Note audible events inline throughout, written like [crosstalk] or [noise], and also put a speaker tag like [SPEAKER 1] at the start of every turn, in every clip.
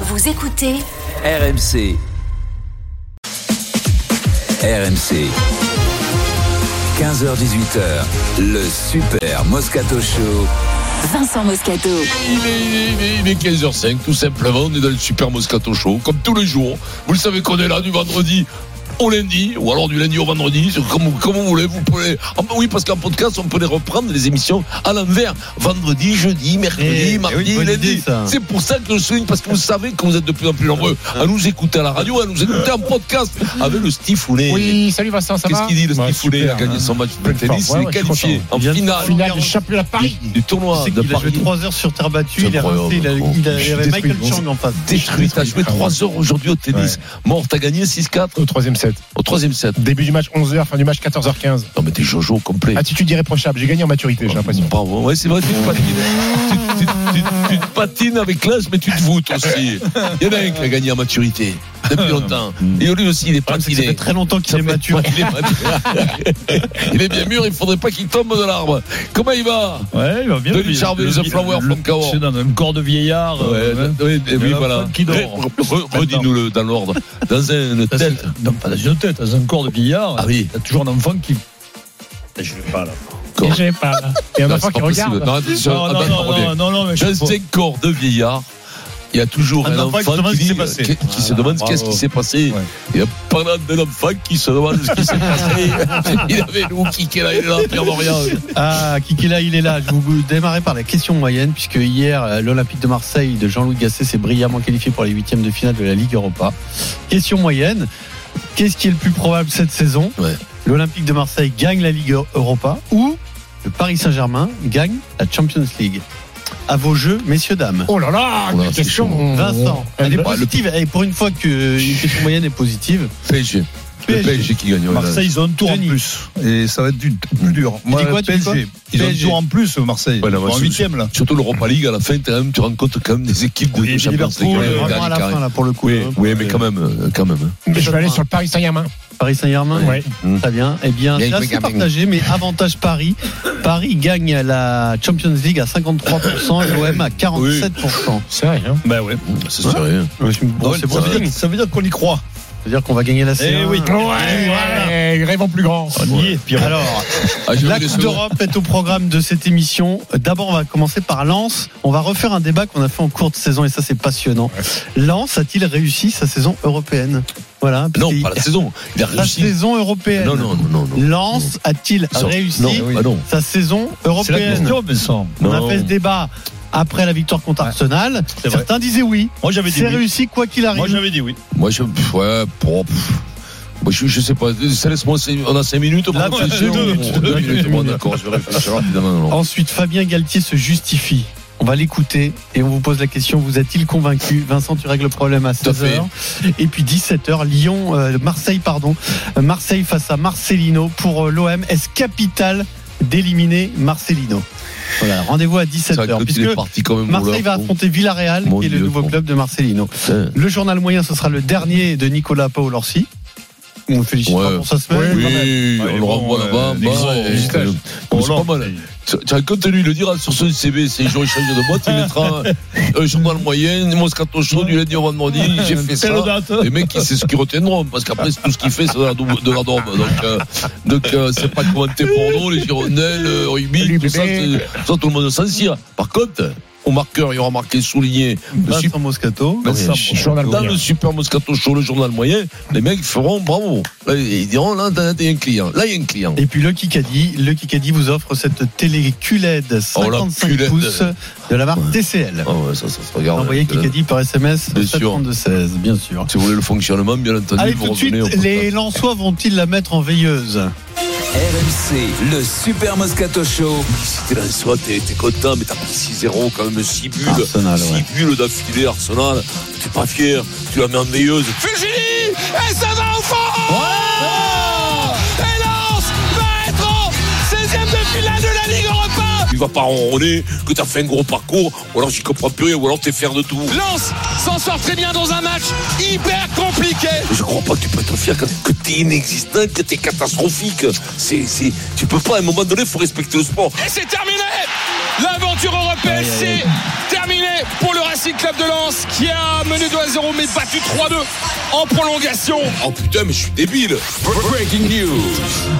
[SPEAKER 1] Vous écoutez
[SPEAKER 2] RMC. RMC. 15h18h, le Super Moscato Show.
[SPEAKER 1] Vincent Moscato.
[SPEAKER 3] Il est, il est- il est 15h05, tout simplement. On est dans le Super Moscato Show, comme tous les jours. Vous le savez qu'on est là du vendredi au lundi, ou alors du lundi au vendredi, c'est comme, comme vous voulez. Vous pouvez. Ah bah oui, parce qu'en podcast, on peut les reprendre, les émissions, à l'envers. Vendredi, jeudi, mercredi,
[SPEAKER 4] Eh, eh oui,
[SPEAKER 3] mardi,
[SPEAKER 4] bonne
[SPEAKER 3] lundi.
[SPEAKER 4] idée, ça.
[SPEAKER 3] C'est pour ça que je le souligne, parce que vous savez que vous êtes de plus en plus nombreux à nous écouter à la radio, à nous écouter en podcast avec le Stifoulet.
[SPEAKER 5] Oui, salut Vincent, ça
[SPEAKER 3] Qu'est-ce
[SPEAKER 5] va
[SPEAKER 3] qu'il dit le
[SPEAKER 5] Ouais,
[SPEAKER 3] Stifoulet Il a
[SPEAKER 5] super,
[SPEAKER 3] gagné
[SPEAKER 5] hein.
[SPEAKER 3] son match de tennis,
[SPEAKER 5] fort, ouais,
[SPEAKER 3] il est
[SPEAKER 5] ouais,
[SPEAKER 3] qualifié
[SPEAKER 5] je
[SPEAKER 3] en
[SPEAKER 4] Il vient de
[SPEAKER 3] finale
[SPEAKER 5] Finale du championnat Paris.
[SPEAKER 3] du tournoi
[SPEAKER 4] C'est
[SPEAKER 3] de
[SPEAKER 4] qu'il a joué
[SPEAKER 3] Paris.
[SPEAKER 4] 3 heures sur terre battue,
[SPEAKER 3] C'est
[SPEAKER 4] il est
[SPEAKER 3] incroyable,
[SPEAKER 4] rincé, il, a,
[SPEAKER 3] le con.
[SPEAKER 4] il a-
[SPEAKER 3] Je
[SPEAKER 4] il avait
[SPEAKER 3] suis
[SPEAKER 4] Michael
[SPEAKER 3] détruit,
[SPEAKER 4] Chang en face.
[SPEAKER 3] détruit. T'as joué 3 heures aujourd'hui au tennis. Mort, t'as gagné 6-4
[SPEAKER 5] Au troisième set.
[SPEAKER 3] au troisième set.
[SPEAKER 5] Début du match 11h, fin du match 14h15.
[SPEAKER 3] Non, mais t'es Jojo au complet.
[SPEAKER 6] Ah,
[SPEAKER 5] Attitude irréprochable, j'ai gagné en maturité, j'ai l'impression.
[SPEAKER 3] Bravo. Ouais, c'est vrai, tu te patines. tu, tu- tu- tu te patines avec l'âge, mais tu te voûtes aussi. Il y en a un qui a gagné en maturité depuis longtemps.
[SPEAKER 6] Mm.
[SPEAKER 3] Et lui aussi, il est
[SPEAKER 4] Ah, c'est que ça fait
[SPEAKER 3] patiné.
[SPEAKER 4] très longtemps qu'il
[SPEAKER 3] Ça
[SPEAKER 4] est
[SPEAKER 3] fait-
[SPEAKER 4] mature.
[SPEAKER 3] Ouais, il, est mature. Il est bien mûr, il faudrait pas qu'il tombe de l'arbre. Comment il va
[SPEAKER 6] Ouais, il va bien.
[SPEAKER 3] Denis
[SPEAKER 4] hein.
[SPEAKER 6] lui.
[SPEAKER 3] Charvet,
[SPEAKER 6] Le-
[SPEAKER 3] The Flower
[SPEAKER 6] le-
[SPEAKER 3] from Cahors.
[SPEAKER 6] C'est dans un corps de vieillard.
[SPEAKER 3] Ouais,
[SPEAKER 6] euh,
[SPEAKER 3] oui, oui,
[SPEAKER 6] Il y en a
[SPEAKER 3] voilà.
[SPEAKER 6] pas qui dort.
[SPEAKER 3] Re- re- Redis-nous-le dans l'ordre. Dans une
[SPEAKER 6] dans
[SPEAKER 3] tête.
[SPEAKER 6] cette- non, pas dans une tête, dans un corps de vieillard.
[SPEAKER 3] Ah oui.
[SPEAKER 6] T'as toujours un enfant qui. Je vais pas là.
[SPEAKER 3] Et
[SPEAKER 5] j'ai pas. Et un
[SPEAKER 3] Non,
[SPEAKER 5] enfant
[SPEAKER 3] c'est
[SPEAKER 5] qui
[SPEAKER 3] pas possible.
[SPEAKER 5] regarde.
[SPEAKER 3] ah bah, Non, attention,
[SPEAKER 6] Non, non,
[SPEAKER 3] attends,
[SPEAKER 6] non,
[SPEAKER 3] reviens.
[SPEAKER 6] non, non, non, mais je
[SPEAKER 3] Dans un corps de vieillard, il y a toujours
[SPEAKER 4] Un
[SPEAKER 3] un
[SPEAKER 4] enfant qui se
[SPEAKER 3] enfant
[SPEAKER 4] demande
[SPEAKER 3] qui,
[SPEAKER 4] ce qui s'est
[SPEAKER 3] dit,
[SPEAKER 4] passé.
[SPEAKER 3] qui- qui se
[SPEAKER 6] Voilà,
[SPEAKER 3] demande qu'est-ce qui
[SPEAKER 6] bravo.
[SPEAKER 3] s'est passé.
[SPEAKER 6] Ouais.
[SPEAKER 3] Il y a pas mal d'enfants qui se demandent ce qui s'est passé. Il avait nous qui qui est là, il est là, Pierre Dorian.
[SPEAKER 4] Ah, Kikela, il est là. Je vous démarrer par la question moyenne, puisque hier, euh, l'Olympique de Marseille de Jean-Louis Gasset s'est brillamment qualifié pour les huitièmes de finale de la Ligue Europa. Question moyenne. Qu'est-ce qui est le plus probable cette saison
[SPEAKER 3] Ouais.
[SPEAKER 4] L'Olympique de Marseille gagne la Ligue Europa ou le Paris Saint-Germain gagne la Champions League À vos jeux, messieurs, dames.
[SPEAKER 5] Oh là là,
[SPEAKER 3] Oh là,
[SPEAKER 5] quelle
[SPEAKER 3] c'est
[SPEAKER 5] question
[SPEAKER 4] Vincent, elle est
[SPEAKER 5] Elle-
[SPEAKER 4] positive. Et pour une fois qu'une question moyenne est positive,
[SPEAKER 3] PSG. Le PSG qui gagne. ouais, là.
[SPEAKER 6] Marseille, ils ont un tour
[SPEAKER 4] Denis.
[SPEAKER 6] en plus. Et ça va être du, plus dur. Moi,
[SPEAKER 4] dis quoi, tu dis
[SPEAKER 6] PSG, ils ont un
[SPEAKER 4] PSG.
[SPEAKER 6] tour en plus, Marseille.
[SPEAKER 3] Ouais, là, ouais,
[SPEAKER 6] en
[SPEAKER 3] c'est-
[SPEAKER 6] huitième, là.
[SPEAKER 3] Surtout l'Europa League, à la fin, t'as même- tu rencontres quand même des équipes de
[SPEAKER 6] Oui,
[SPEAKER 3] de Champions
[SPEAKER 6] Liverpool,
[SPEAKER 3] League.
[SPEAKER 4] on
[SPEAKER 3] Ouais,
[SPEAKER 4] est
[SPEAKER 6] euh,
[SPEAKER 3] carré,
[SPEAKER 4] vraiment à la
[SPEAKER 3] carré.
[SPEAKER 4] fin là pour le coup.
[SPEAKER 3] Oui,
[SPEAKER 4] hein.
[SPEAKER 3] oui, mais quand même, euh, quand même.
[SPEAKER 5] Je vais aller sur le Paris Saint-Germain.
[SPEAKER 4] Paris Saint-Germain.
[SPEAKER 5] Ouais.
[SPEAKER 3] Mm.
[SPEAKER 4] Très bien. Eh bien,
[SPEAKER 3] Bien
[SPEAKER 4] c'est
[SPEAKER 3] joué,
[SPEAKER 4] assez
[SPEAKER 3] Gabin.
[SPEAKER 4] partagé, mais avantage Paris. Paris gagne la Champions League à 53%, l'OM à 47%.
[SPEAKER 5] C'est vrai, hein.
[SPEAKER 6] Ben ouais.
[SPEAKER 3] C'est sérieux.
[SPEAKER 4] Bon,
[SPEAKER 6] Ouais,
[SPEAKER 4] c'est bon,
[SPEAKER 6] ça, veut
[SPEAKER 4] c'est-
[SPEAKER 6] dire, ça veut dire qu'on y croit.
[SPEAKER 4] C'est-à-dire qu'on va gagner la série.
[SPEAKER 6] Eh oui.
[SPEAKER 5] Ouais, ouais, rêvons plus grand.
[SPEAKER 3] Oh,
[SPEAKER 6] On y est, Pierrot.
[SPEAKER 4] Alors,
[SPEAKER 3] Ah, j'ai
[SPEAKER 4] la
[SPEAKER 3] oublié
[SPEAKER 4] Coupe
[SPEAKER 3] ce mot.
[SPEAKER 4] d'Europe est au programme de cette émission. D'abord, on va commencer par Lens. On va refaire un débat qu'on a fait en cours de saison et ça, c'est passionnant. Lens a-t-il réussi sa saison européenne Voilà. parce
[SPEAKER 3] Non,
[SPEAKER 4] qu'il-
[SPEAKER 3] pas la saison. Il a
[SPEAKER 4] la
[SPEAKER 3] réussi.
[SPEAKER 4] saison européenne.
[SPEAKER 3] Non, non, non, non. non.
[SPEAKER 4] Lens a-t-il
[SPEAKER 3] Non,
[SPEAKER 4] réussi
[SPEAKER 3] Non, bah non.
[SPEAKER 4] sa saison
[SPEAKER 6] C'est la
[SPEAKER 4] européenne
[SPEAKER 6] question, Vincent.
[SPEAKER 4] On a
[SPEAKER 3] Non.
[SPEAKER 4] fait ce débat après la victoire contre Arsenal.
[SPEAKER 6] c'est vrai.
[SPEAKER 4] Certains disaient oui.
[SPEAKER 6] Moi, j'avais dit
[SPEAKER 4] C'est
[SPEAKER 6] oui.
[SPEAKER 4] réussi quoi qu'il
[SPEAKER 6] Moi,
[SPEAKER 4] arrive.
[SPEAKER 6] j'avais dit oui.
[SPEAKER 3] Moi, je. pff, Ouais, pour. pff. Moi, je, je sais pas. Ça laisse-moi. cinq- On a 5 minutes.
[SPEAKER 4] Là,
[SPEAKER 3] pour
[SPEAKER 4] deux,
[SPEAKER 3] réfléchir.
[SPEAKER 6] deux,
[SPEAKER 3] Bon,
[SPEAKER 6] deux
[SPEAKER 3] deux minutes.
[SPEAKER 6] minutes.
[SPEAKER 3] Bon, d'accord, je vais réfléchir rapidement. alors.
[SPEAKER 4] Ensuite, Fabien Galtier se justifie. On va l'écouter et on vous pose la question vous êtes-il convaincu Vincent, tu règles le problème à
[SPEAKER 3] Tout à
[SPEAKER 4] 16h. Et puis 17h, Lyon, euh, Marseille, pardon. Euh, Marseille face à Marcelino pour euh, l'OM. Est-ce capital d'éliminer Marcelino Voilà, rendez-vous à
[SPEAKER 3] C'est vrai que
[SPEAKER 4] 17h.
[SPEAKER 3] l'autre, il
[SPEAKER 4] Puisque
[SPEAKER 3] est parti quand même. au
[SPEAKER 4] Marseille va
[SPEAKER 3] leur-
[SPEAKER 4] affronter Villarreal,
[SPEAKER 3] Mon
[SPEAKER 4] qui est le
[SPEAKER 3] Dieu,
[SPEAKER 4] nouveau
[SPEAKER 3] bon.
[SPEAKER 4] club de Marcelino.
[SPEAKER 3] Putain.
[SPEAKER 4] Le journal moyen, ce sera le dernier de Nicolas Paolorsi. On le félicite
[SPEAKER 3] Ouais.
[SPEAKER 4] pas pour sa semaine. quand même.
[SPEAKER 3] Oui,
[SPEAKER 6] Ouais,
[SPEAKER 3] on le
[SPEAKER 6] bon,
[SPEAKER 3] renvoie
[SPEAKER 6] euh,
[SPEAKER 3] là-bas.
[SPEAKER 6] les gros,
[SPEAKER 3] bah, et-
[SPEAKER 6] les stages.
[SPEAKER 3] Bon,
[SPEAKER 6] Bon,
[SPEAKER 4] Oh
[SPEAKER 3] c'est pas
[SPEAKER 6] non.
[SPEAKER 3] mal. hein. Tu tu as contenu, il le dira sur son CV. C'est jour échange de boîte. Il mettra euh, journal moyen, Moscato Show, du lundi au vendredi. J'ai fait ça.
[SPEAKER 6] Telle date.
[SPEAKER 4] hein.
[SPEAKER 3] Les mecs, c'est ce qu'ils retiendront, parce qu'après, tout ce qu'il fait, c'est de la, dou- de la dorme. Donc, euh, donc euh, c'est pas commenté pour nous, les girondelles, le rugby,
[SPEAKER 5] Salut,
[SPEAKER 3] tout ça,
[SPEAKER 5] bébé.
[SPEAKER 3] c'est- ça, tout le monde s'en tire. Par contre, au marqueur, il y aura marqué souligné le
[SPEAKER 4] Vincent
[SPEAKER 3] super-
[SPEAKER 4] Moscato.
[SPEAKER 3] Vincent-
[SPEAKER 5] Journal
[SPEAKER 3] dans
[SPEAKER 5] moyen.
[SPEAKER 3] le Super Moscato Show, le journal moyen, les mecs feront bravo. Là, ils diront, là, t'as t'as un client. Là, il y a un client.
[SPEAKER 4] Et puis le Kikadi, le Kikadi vous offre cette télé QLED 55
[SPEAKER 3] Oh, la QLED.
[SPEAKER 4] pouces de la marque TCL.
[SPEAKER 3] Ah ouais, ça, ça se regarde.
[SPEAKER 4] Envoyez Kikadi par SMS
[SPEAKER 3] Bien sûr.
[SPEAKER 4] 16 bien sûr.
[SPEAKER 3] Si vous voulez le fonctionnement, bien entendu,
[SPEAKER 4] Allez,
[SPEAKER 3] vous
[SPEAKER 4] tout de suite,
[SPEAKER 3] revenez au
[SPEAKER 4] les Lensois vont-ils la mettre en veilleuse
[SPEAKER 2] RMC, le Super Moscato Show.
[SPEAKER 3] T'es là, Eh ben, soit t'es t'es content, mais t'as pris 6-0 quand même, 6 bulles.
[SPEAKER 4] Arsenal,
[SPEAKER 3] 6
[SPEAKER 4] ouais.
[SPEAKER 3] bulles d'affilée, Arsenal. T'es pas fier, tu la mets en veilleuse. Fulgini Et ça va au fond Et Lens va être en 16ème de finale de la Ligue Europa Tu vas pas ronronner que t'as fait un gros parcours, ou alors j'y comprends plus rien, ou alors t'es fier de tout.
[SPEAKER 7] Lance s'en sort très bien dans un match hyper compliqué.
[SPEAKER 3] Je crois pas que tu peux être fier quand- que t'es inexistant, que t'es catastrophique. C'est, c'est, tu peux pas, à un moment donné, faut respecter le sport.
[SPEAKER 7] Et c'est terminé. L'aventure européenne, c'est terminé. pour le Racing Club de Lens qui a mené 2 à 0 mais battu 3-2 en prolongation.
[SPEAKER 8] Oh putain, mais je suis débile. Breaking news.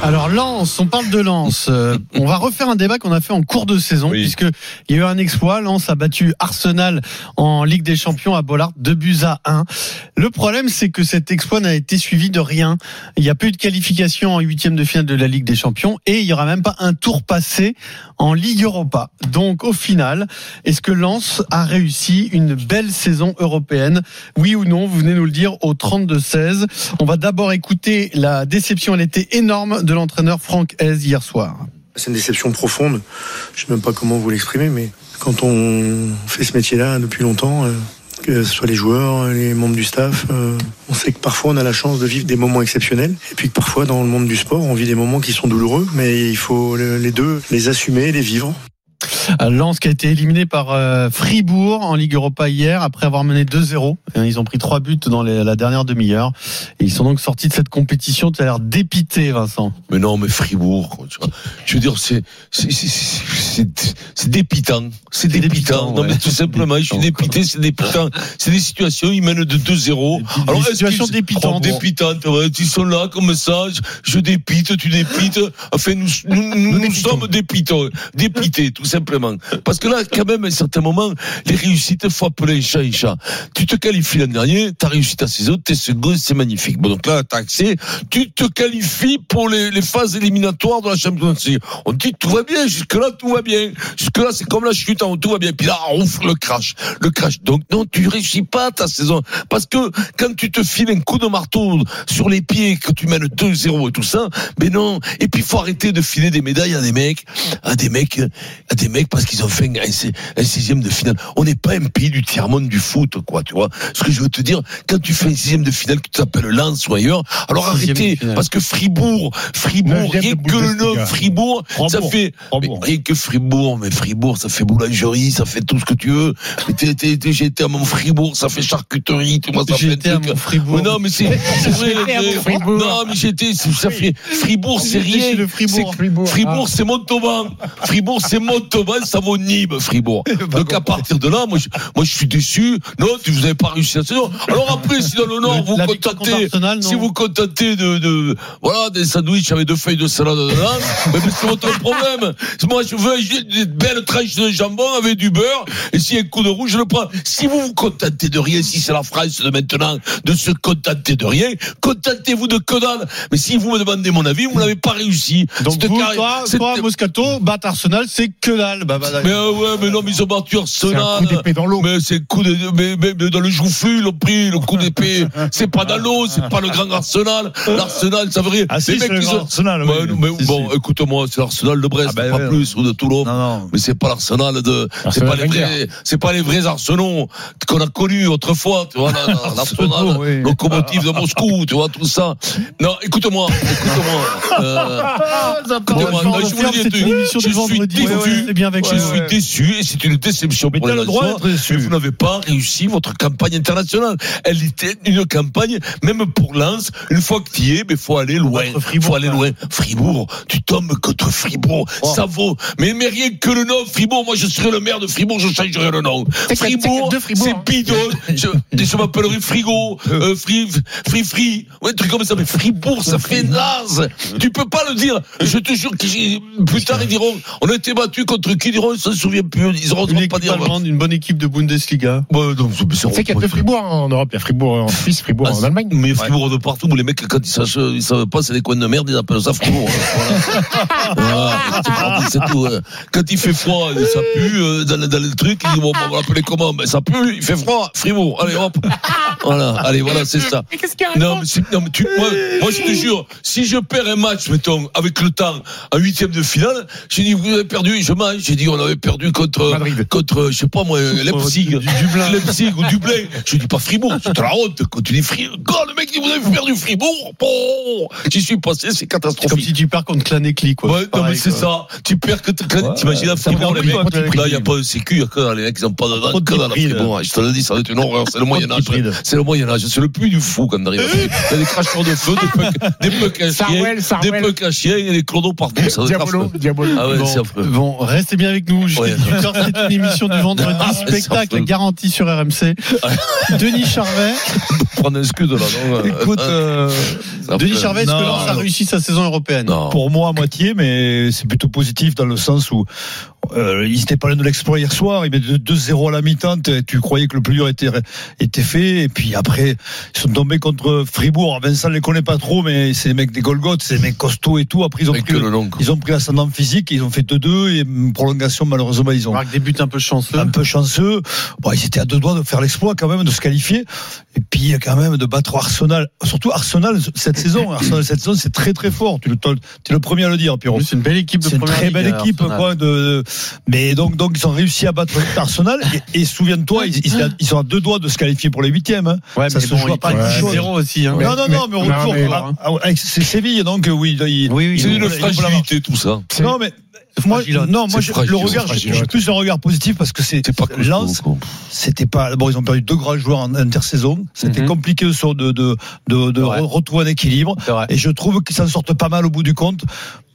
[SPEAKER 4] Alors Lens, on parle de Lens. Euh, on va refaire un débat qu'on a fait en cours de saison
[SPEAKER 6] Oui.
[SPEAKER 4] puisque il y a eu un exploit. Lens a battu Arsenal en Ligue des Champions à Bollard 2 buts à 1. Le problème c'est que cet exploit n'a été suivi de rien. Il n'y a plus eu de qualification en huitième de finale de la Ligue des Champions et il y aura même pas un tour passé en Ligue Europa. Donc au final, est-ce que Lens a réussi une belle saison européenne Oui ou non Vous venez nous le dire au 32-16. On va d'abord écouter la déception, elle était énorme, de l'entraîneur Franck Hez hier soir.
[SPEAKER 9] C'est une déception profonde. Je sais même pas comment vous l'exprimer, mais quand on fait ce métier-là depuis longtemps, euh, que ce soit les joueurs, euh, les membres du staff, euh, on sait que parfois on a la chance de vivre des moments exceptionnels, et puis que parfois dans le monde du sport, on vit des moments qui sont douloureux, mais il faut le- les deux les assumer, les vivre.
[SPEAKER 4] Euh, Lens qui a été éliminé par euh, Fribourg en Ligue Europa hier après avoir mené 2-0. Euh, Ils ont pris trois buts dans les- la dernière demi-heure. Et Ils sont donc sortis de cette compétition. Tu as l'air dépité, Vincent.
[SPEAKER 3] Mais non, mais Fribourg, quoi, tu vois. Je veux dire, c'est, c'est, c'est- c'est, c'est- c'est dépitant. C'est
[SPEAKER 4] C'est
[SPEAKER 3] dépitant.
[SPEAKER 4] dépitant,
[SPEAKER 3] Non,
[SPEAKER 4] ouais.
[SPEAKER 3] mais tout simplement, je suis
[SPEAKER 4] Dépitant,
[SPEAKER 3] dépité, c'est dépitant. C'est des situations, ils mènent de 2-0.
[SPEAKER 4] Des- des situations
[SPEAKER 3] qu'ils-
[SPEAKER 4] dépitantes.
[SPEAKER 3] Dépitantes, ouais. Ils sont là, comme ça. Je, je dépite, tu dépites. Enfin, nous, nous, nous, nous sommes dépitants. Dépités, tout simplement. Parce que là, quand même, à un certain moment, les réussites, faut appeler un chat un chat. Tu te qualifies l'an dernier, t'as réussi ta saison, t'es second, c'est magnifique. Bon, donc là, t'as accès, tu te qualifies pour les, les phases éliminatoires de la Champions League. On te dit, tout va bien, jusque-là, tout va bien. Jusque-là, c'est comme la chute, hein, tout va bien. Puis là, ouf, le crash. Le crash. Donc, non, tu réussis pas ta saison. Parce que quand tu te files un coup de marteau sur les pieds, que tu mènes 2-0 et tout ça, mais non. Et puis, faut arrêter de filer des médailles à des mecs, à des mecs, à des mecs parce qu'ils ont fait un, si- un sixième de finale. On n'est pas un pays du tiers-monde du foot, quoi, tu vois. Ce que je veux te dire, quand tu fais un sixième de finale, que tu t'appelles Lens ou ailleurs, alors
[SPEAKER 4] Sixième de
[SPEAKER 3] arrêtez,
[SPEAKER 4] finale.
[SPEAKER 3] parce que Fribourg, Fribourg,
[SPEAKER 5] Neuvième
[SPEAKER 3] rien
[SPEAKER 5] de
[SPEAKER 3] que le
[SPEAKER 5] Bundesliga.
[SPEAKER 3] nom Fribourg, ça
[SPEAKER 5] Fribourg.
[SPEAKER 3] fait,
[SPEAKER 4] Oh,
[SPEAKER 3] mais
[SPEAKER 5] Fribourg.
[SPEAKER 3] rien que Fribourg, mais Fribourg, ça fait boulangerie, ça fait tout ce que tu veux. Mais t'es- t'es- t'es- J'étais à mon Fribourg, ça fait charcuterie, tout moi, ça fait
[SPEAKER 4] J'ai
[SPEAKER 3] un
[SPEAKER 4] été à
[SPEAKER 3] truc.
[SPEAKER 4] mon Fribourg.
[SPEAKER 3] Mais non, mais c'est c'est vrai.
[SPEAKER 5] J'étais à mon
[SPEAKER 3] mais-
[SPEAKER 5] Fribourg.
[SPEAKER 3] Non, mais j'étais, c'est- ça fait Fribourg, c'est
[SPEAKER 4] J'étais
[SPEAKER 3] rien.
[SPEAKER 4] chez le Fribourg.
[SPEAKER 3] C'est- Fribourg, c'est Montauban. Fribourg, c'est Montauban, ça vaut Nîmes,
[SPEAKER 4] [laughs]
[SPEAKER 3] Fribourg. Donc à partir de là, moi, je, moi, je suis déçu. Non, tu- vous n'avez pas réussi à saison. Alors après, si dans le Nord, vous
[SPEAKER 4] La victoire contre
[SPEAKER 3] contentez,
[SPEAKER 4] Arsenal, non
[SPEAKER 3] si vous contentez de, de- voilà, des sandwichs avec deux feuilles de salade dedans,
[SPEAKER 4] [laughs]
[SPEAKER 3] mais c'est votre problème. Moi, je veux une belle tranche de jambon avec du beurre, et s'il y a un coup de rouge, je le prends. Si vous vous contentez de rien, si c'est la France de maintenant de se contenter de rien, contentez-vous de que dalle. Mais si vous me demandez mon avis, vous n'avez pas réussi.
[SPEAKER 4] Donc,
[SPEAKER 3] Cette
[SPEAKER 4] vous,
[SPEAKER 3] carré-
[SPEAKER 4] toi,
[SPEAKER 3] cette-
[SPEAKER 4] toi, Moscato, battre Arsenal, c'est que dalle. Bah, bah,
[SPEAKER 3] mais euh, ouais, mais non, mais ils ont battu
[SPEAKER 5] C'est un coup
[SPEAKER 3] Arsenal.
[SPEAKER 5] d'épée dans l'eau.
[SPEAKER 3] Mais c'est le coup de, mais, mais- mais dans le joufflu, ils l'ont pris, le coup d'épée. C'est pas dans l'eau, c'est pas le grand Arsenal. L'Arsenal, ça veut dire.
[SPEAKER 6] Ah, si,
[SPEAKER 3] les
[SPEAKER 6] c'est
[SPEAKER 3] mecs,
[SPEAKER 6] le
[SPEAKER 3] ils
[SPEAKER 6] grand
[SPEAKER 3] ont-
[SPEAKER 6] Arsenal, oui.
[SPEAKER 3] Ouais, non, mais
[SPEAKER 6] Si,
[SPEAKER 3] bon,
[SPEAKER 6] si.
[SPEAKER 3] écoute-moi, c'est l'Arsenal de Brest,
[SPEAKER 6] Ah, ben,
[SPEAKER 3] pas
[SPEAKER 6] ouais.
[SPEAKER 3] plus, ou de Toulon.
[SPEAKER 6] Non, non.
[SPEAKER 3] Mais c'est pas l'Arsenal de, c'est
[SPEAKER 5] Arsenal
[SPEAKER 3] pas les vrais,
[SPEAKER 5] Wenger.
[SPEAKER 3] c'est pas les vrais Arsenaux qu'on a connus autrefois, tu vois, la- la- l'Arsenal,
[SPEAKER 6] [laughs] Arsenaux, oui.
[SPEAKER 3] locomotive de Moscou, tu vois, tout ça. Non, écoute-moi,
[SPEAKER 6] [laughs]
[SPEAKER 3] écoute-moi, euh, écoute-moi, non, bah, je vous dis un
[SPEAKER 4] c'est
[SPEAKER 3] truc.
[SPEAKER 4] une émission
[SPEAKER 3] Je
[SPEAKER 4] du
[SPEAKER 3] suis
[SPEAKER 4] vendredi.
[SPEAKER 3] déçu.
[SPEAKER 4] c'est bien avec
[SPEAKER 3] Je suis déçu et c'est une déception pour
[SPEAKER 6] t'as
[SPEAKER 3] les
[SPEAKER 6] le droit
[SPEAKER 3] Lensois.
[SPEAKER 6] d'être déçu.
[SPEAKER 3] Mais Vous n'avez pas réussi votre campagne internationale. Elle était une campagne, même pour Lens, une fois que tu y es, mais faut aller loin.
[SPEAKER 4] Contre Fribourg,
[SPEAKER 3] faut aller loin. Fribourg, tu tombes contre Fribourg. Ça vaut. Mais, mais rien que le nom Fribourg, moi je serais le maire de Fribourg, je changerais le nom.
[SPEAKER 5] C'est qu'il y a-
[SPEAKER 3] Fribourg,
[SPEAKER 5] c'est qu'il y a deux Fribourg,
[SPEAKER 3] c'est
[SPEAKER 5] hein.
[SPEAKER 3] bidon. Je, je m'appellerais Frigo, euh, Free, Free Free, ouais, un truc comme ça. Mais Fribourg, ça fait naze. Tu peux pas le dire. Je te jure que j'ai- plus tard ils diront, on a été battu contre qui ils diront, ils se souviennent plus. Ils
[SPEAKER 4] Une
[SPEAKER 3] n'oseront pas
[SPEAKER 4] équipe
[SPEAKER 3] dire.
[SPEAKER 4] allemande, une bonne équipe de Bundesliga.
[SPEAKER 3] Bah, non, c'est- c'est-
[SPEAKER 5] C'est qu'il y a deux Fribourg hein, en Europe. Il y a Fribourg en Suisse, Fribourg
[SPEAKER 3] Ah,
[SPEAKER 5] en Allemagne.
[SPEAKER 3] Mais Fribourg de partout, les mecs, quand ils savent, ils savent pas, c'est des coins de merde, ils appellent ça Fribourg. hein.
[SPEAKER 5] [laughs]
[SPEAKER 3] Voilà. Voilà, c'est parti, c'est tout. hein. Quand il fait froid, ça pue euh, dans, le- dans le truc, ils disent, bon, on va l'appeler comment Mais ça pue, il fait froid, Fribourg, allez hop. Voilà, allez, voilà, c'est ça. Non, mais, c'est- non, mais tu, moi, moi, je te jure, si je perds un match, mettons, avec le temps, en huitième de finale, j'ai dit, vous avez perdu, je mange, j'ai dit, on avait perdu contre,
[SPEAKER 5] Madrid.
[SPEAKER 3] contre, je sais pas moi, Leipzig.
[SPEAKER 4] du- Dublin.
[SPEAKER 3] Leipzig ou Dublin. Je dis pas Fribourg, c'est de la honte. Quand tu dis Fribourg, le mec dit, vous avez perdu Fribourg, bon, j'y suis passé, c'est
[SPEAKER 4] C'est comme si
[SPEAKER 3] catastrophique.
[SPEAKER 4] tu pars contre Clanekli, quoi.
[SPEAKER 3] Ouais, non, mais c'est ça. Tu perds que t'as- T'imagines à Fribourg, les mecs. Là, il n'y a pas de sécu, il y a que dalle, les mecs, ils n'ont pas de dents, que dalle à Fribourg. Je te le dis, ça va être une horreur. C'est le Moyen-Âge. C'est le Moyen-Âge. C'est le puits du fou quand on arrive. Il y a des cracheurs de feu, des pucks, des pucks à chiens.
[SPEAKER 5] Sarwell,
[SPEAKER 3] Des
[SPEAKER 5] Sarwell.
[SPEAKER 3] pucks à chiens, il y a des clodos partout. Ça va être affreux.
[SPEAKER 5] Diabolo, Diabolo.
[SPEAKER 3] Ah ouais, c'est affreux.
[SPEAKER 4] Bon, restez restez bien avec nous. Jusqu'à
[SPEAKER 3] Ouais.
[SPEAKER 4] 18h, c'est une émission
[SPEAKER 3] [laughs]
[SPEAKER 4] du vendredi.
[SPEAKER 3] Ah, mais
[SPEAKER 4] Spectacle
[SPEAKER 3] surtout.
[SPEAKER 4] garanti sur RMC.
[SPEAKER 3] [laughs]
[SPEAKER 4] Denis Charvet.
[SPEAKER 3] Prendre un scud là, non euh,
[SPEAKER 6] Écoute,
[SPEAKER 3] hein,
[SPEAKER 6] euh,
[SPEAKER 3] ça
[SPEAKER 4] Denis
[SPEAKER 3] peut-
[SPEAKER 4] Charvet, est-ce que
[SPEAKER 6] non,
[SPEAKER 4] Lens a
[SPEAKER 6] non.
[SPEAKER 4] réussi sa saison européenne
[SPEAKER 3] Non.
[SPEAKER 6] pour moi à moitié, mais c'est plutôt positif dans le sens où euh, il n'était pas loin de l'exploit hier soir. Il met 2-0 à la mi-temps. t'es- Tu croyais que le plus dur était, était fait. Et puis après, ils sont tombés contre Fribourg. Vincent ne les connaît pas trop, mais c'est les mecs des Golgoth, c'est les mecs costauds et tout. Après, ils ont
[SPEAKER 3] Mais
[SPEAKER 6] pris,
[SPEAKER 3] que le long. quoi.
[SPEAKER 6] ils ont pris l'ascendant physique. Ils ont fait 2-2 et une prolongation, malheureusement, ils ont
[SPEAKER 4] Marc débute un peu chanceux.
[SPEAKER 6] un peu chanceux. Bon, ils étaient à deux doigts de faire l'exploit quand même, de se qualifier. Et puis quand même de battre Arsenal. Surtout Arsenal cette saison. Arsenal cette saison, c'est très très fort. Tu le, t'es le premier à le dire, Pierrot.
[SPEAKER 4] C'est une belle équipe de
[SPEAKER 6] C'est une
[SPEAKER 4] première
[SPEAKER 6] très
[SPEAKER 4] ligue,
[SPEAKER 6] belle
[SPEAKER 4] Arsenal.
[SPEAKER 6] équipe, quoi. De, de- mais donc, donc, ils ont réussi à battre Arsenal. Et, et souviens-toi, ils, ils- ils sont à deux doigts de se qualifier pour les huitièmes. hein.
[SPEAKER 4] Ouais,
[SPEAKER 6] Ça
[SPEAKER 4] mais
[SPEAKER 6] se
[SPEAKER 4] bon,
[SPEAKER 6] joue à
[SPEAKER 4] il
[SPEAKER 6] pas
[SPEAKER 4] prend
[SPEAKER 5] grand-chose.
[SPEAKER 4] 10-0 aussi. hein.
[SPEAKER 6] non, non, non, mais au
[SPEAKER 5] mais-
[SPEAKER 6] retour,
[SPEAKER 5] mais-
[SPEAKER 6] ah, ah, ouais, c'est Séville, donc euh, oui, il-
[SPEAKER 4] Oui, oui.
[SPEAKER 3] C'est
[SPEAKER 6] il-
[SPEAKER 3] une
[SPEAKER 6] il-
[SPEAKER 3] fragilité, tout ça.
[SPEAKER 6] Non, mais moi,
[SPEAKER 4] fragile, hein.
[SPEAKER 6] non, moi,
[SPEAKER 3] C'est
[SPEAKER 6] je-
[SPEAKER 3] fragile,
[SPEAKER 6] le
[SPEAKER 3] c'est
[SPEAKER 6] regard, j'ai
[SPEAKER 3] fragile.
[SPEAKER 6] j'ai plus un regard positif parce que c'est
[SPEAKER 3] C'est pas que
[SPEAKER 6] Lens, c'était pas bon ils ont perdu deux grands joueurs en intersaison c'était
[SPEAKER 4] Mhm.
[SPEAKER 6] compliqué sur de de de, de
[SPEAKER 4] Ouais.
[SPEAKER 6] re- retrouver un équilibre
[SPEAKER 4] C'est vrai.
[SPEAKER 6] et je trouve qu'ils s'en sortent pas mal au bout du compte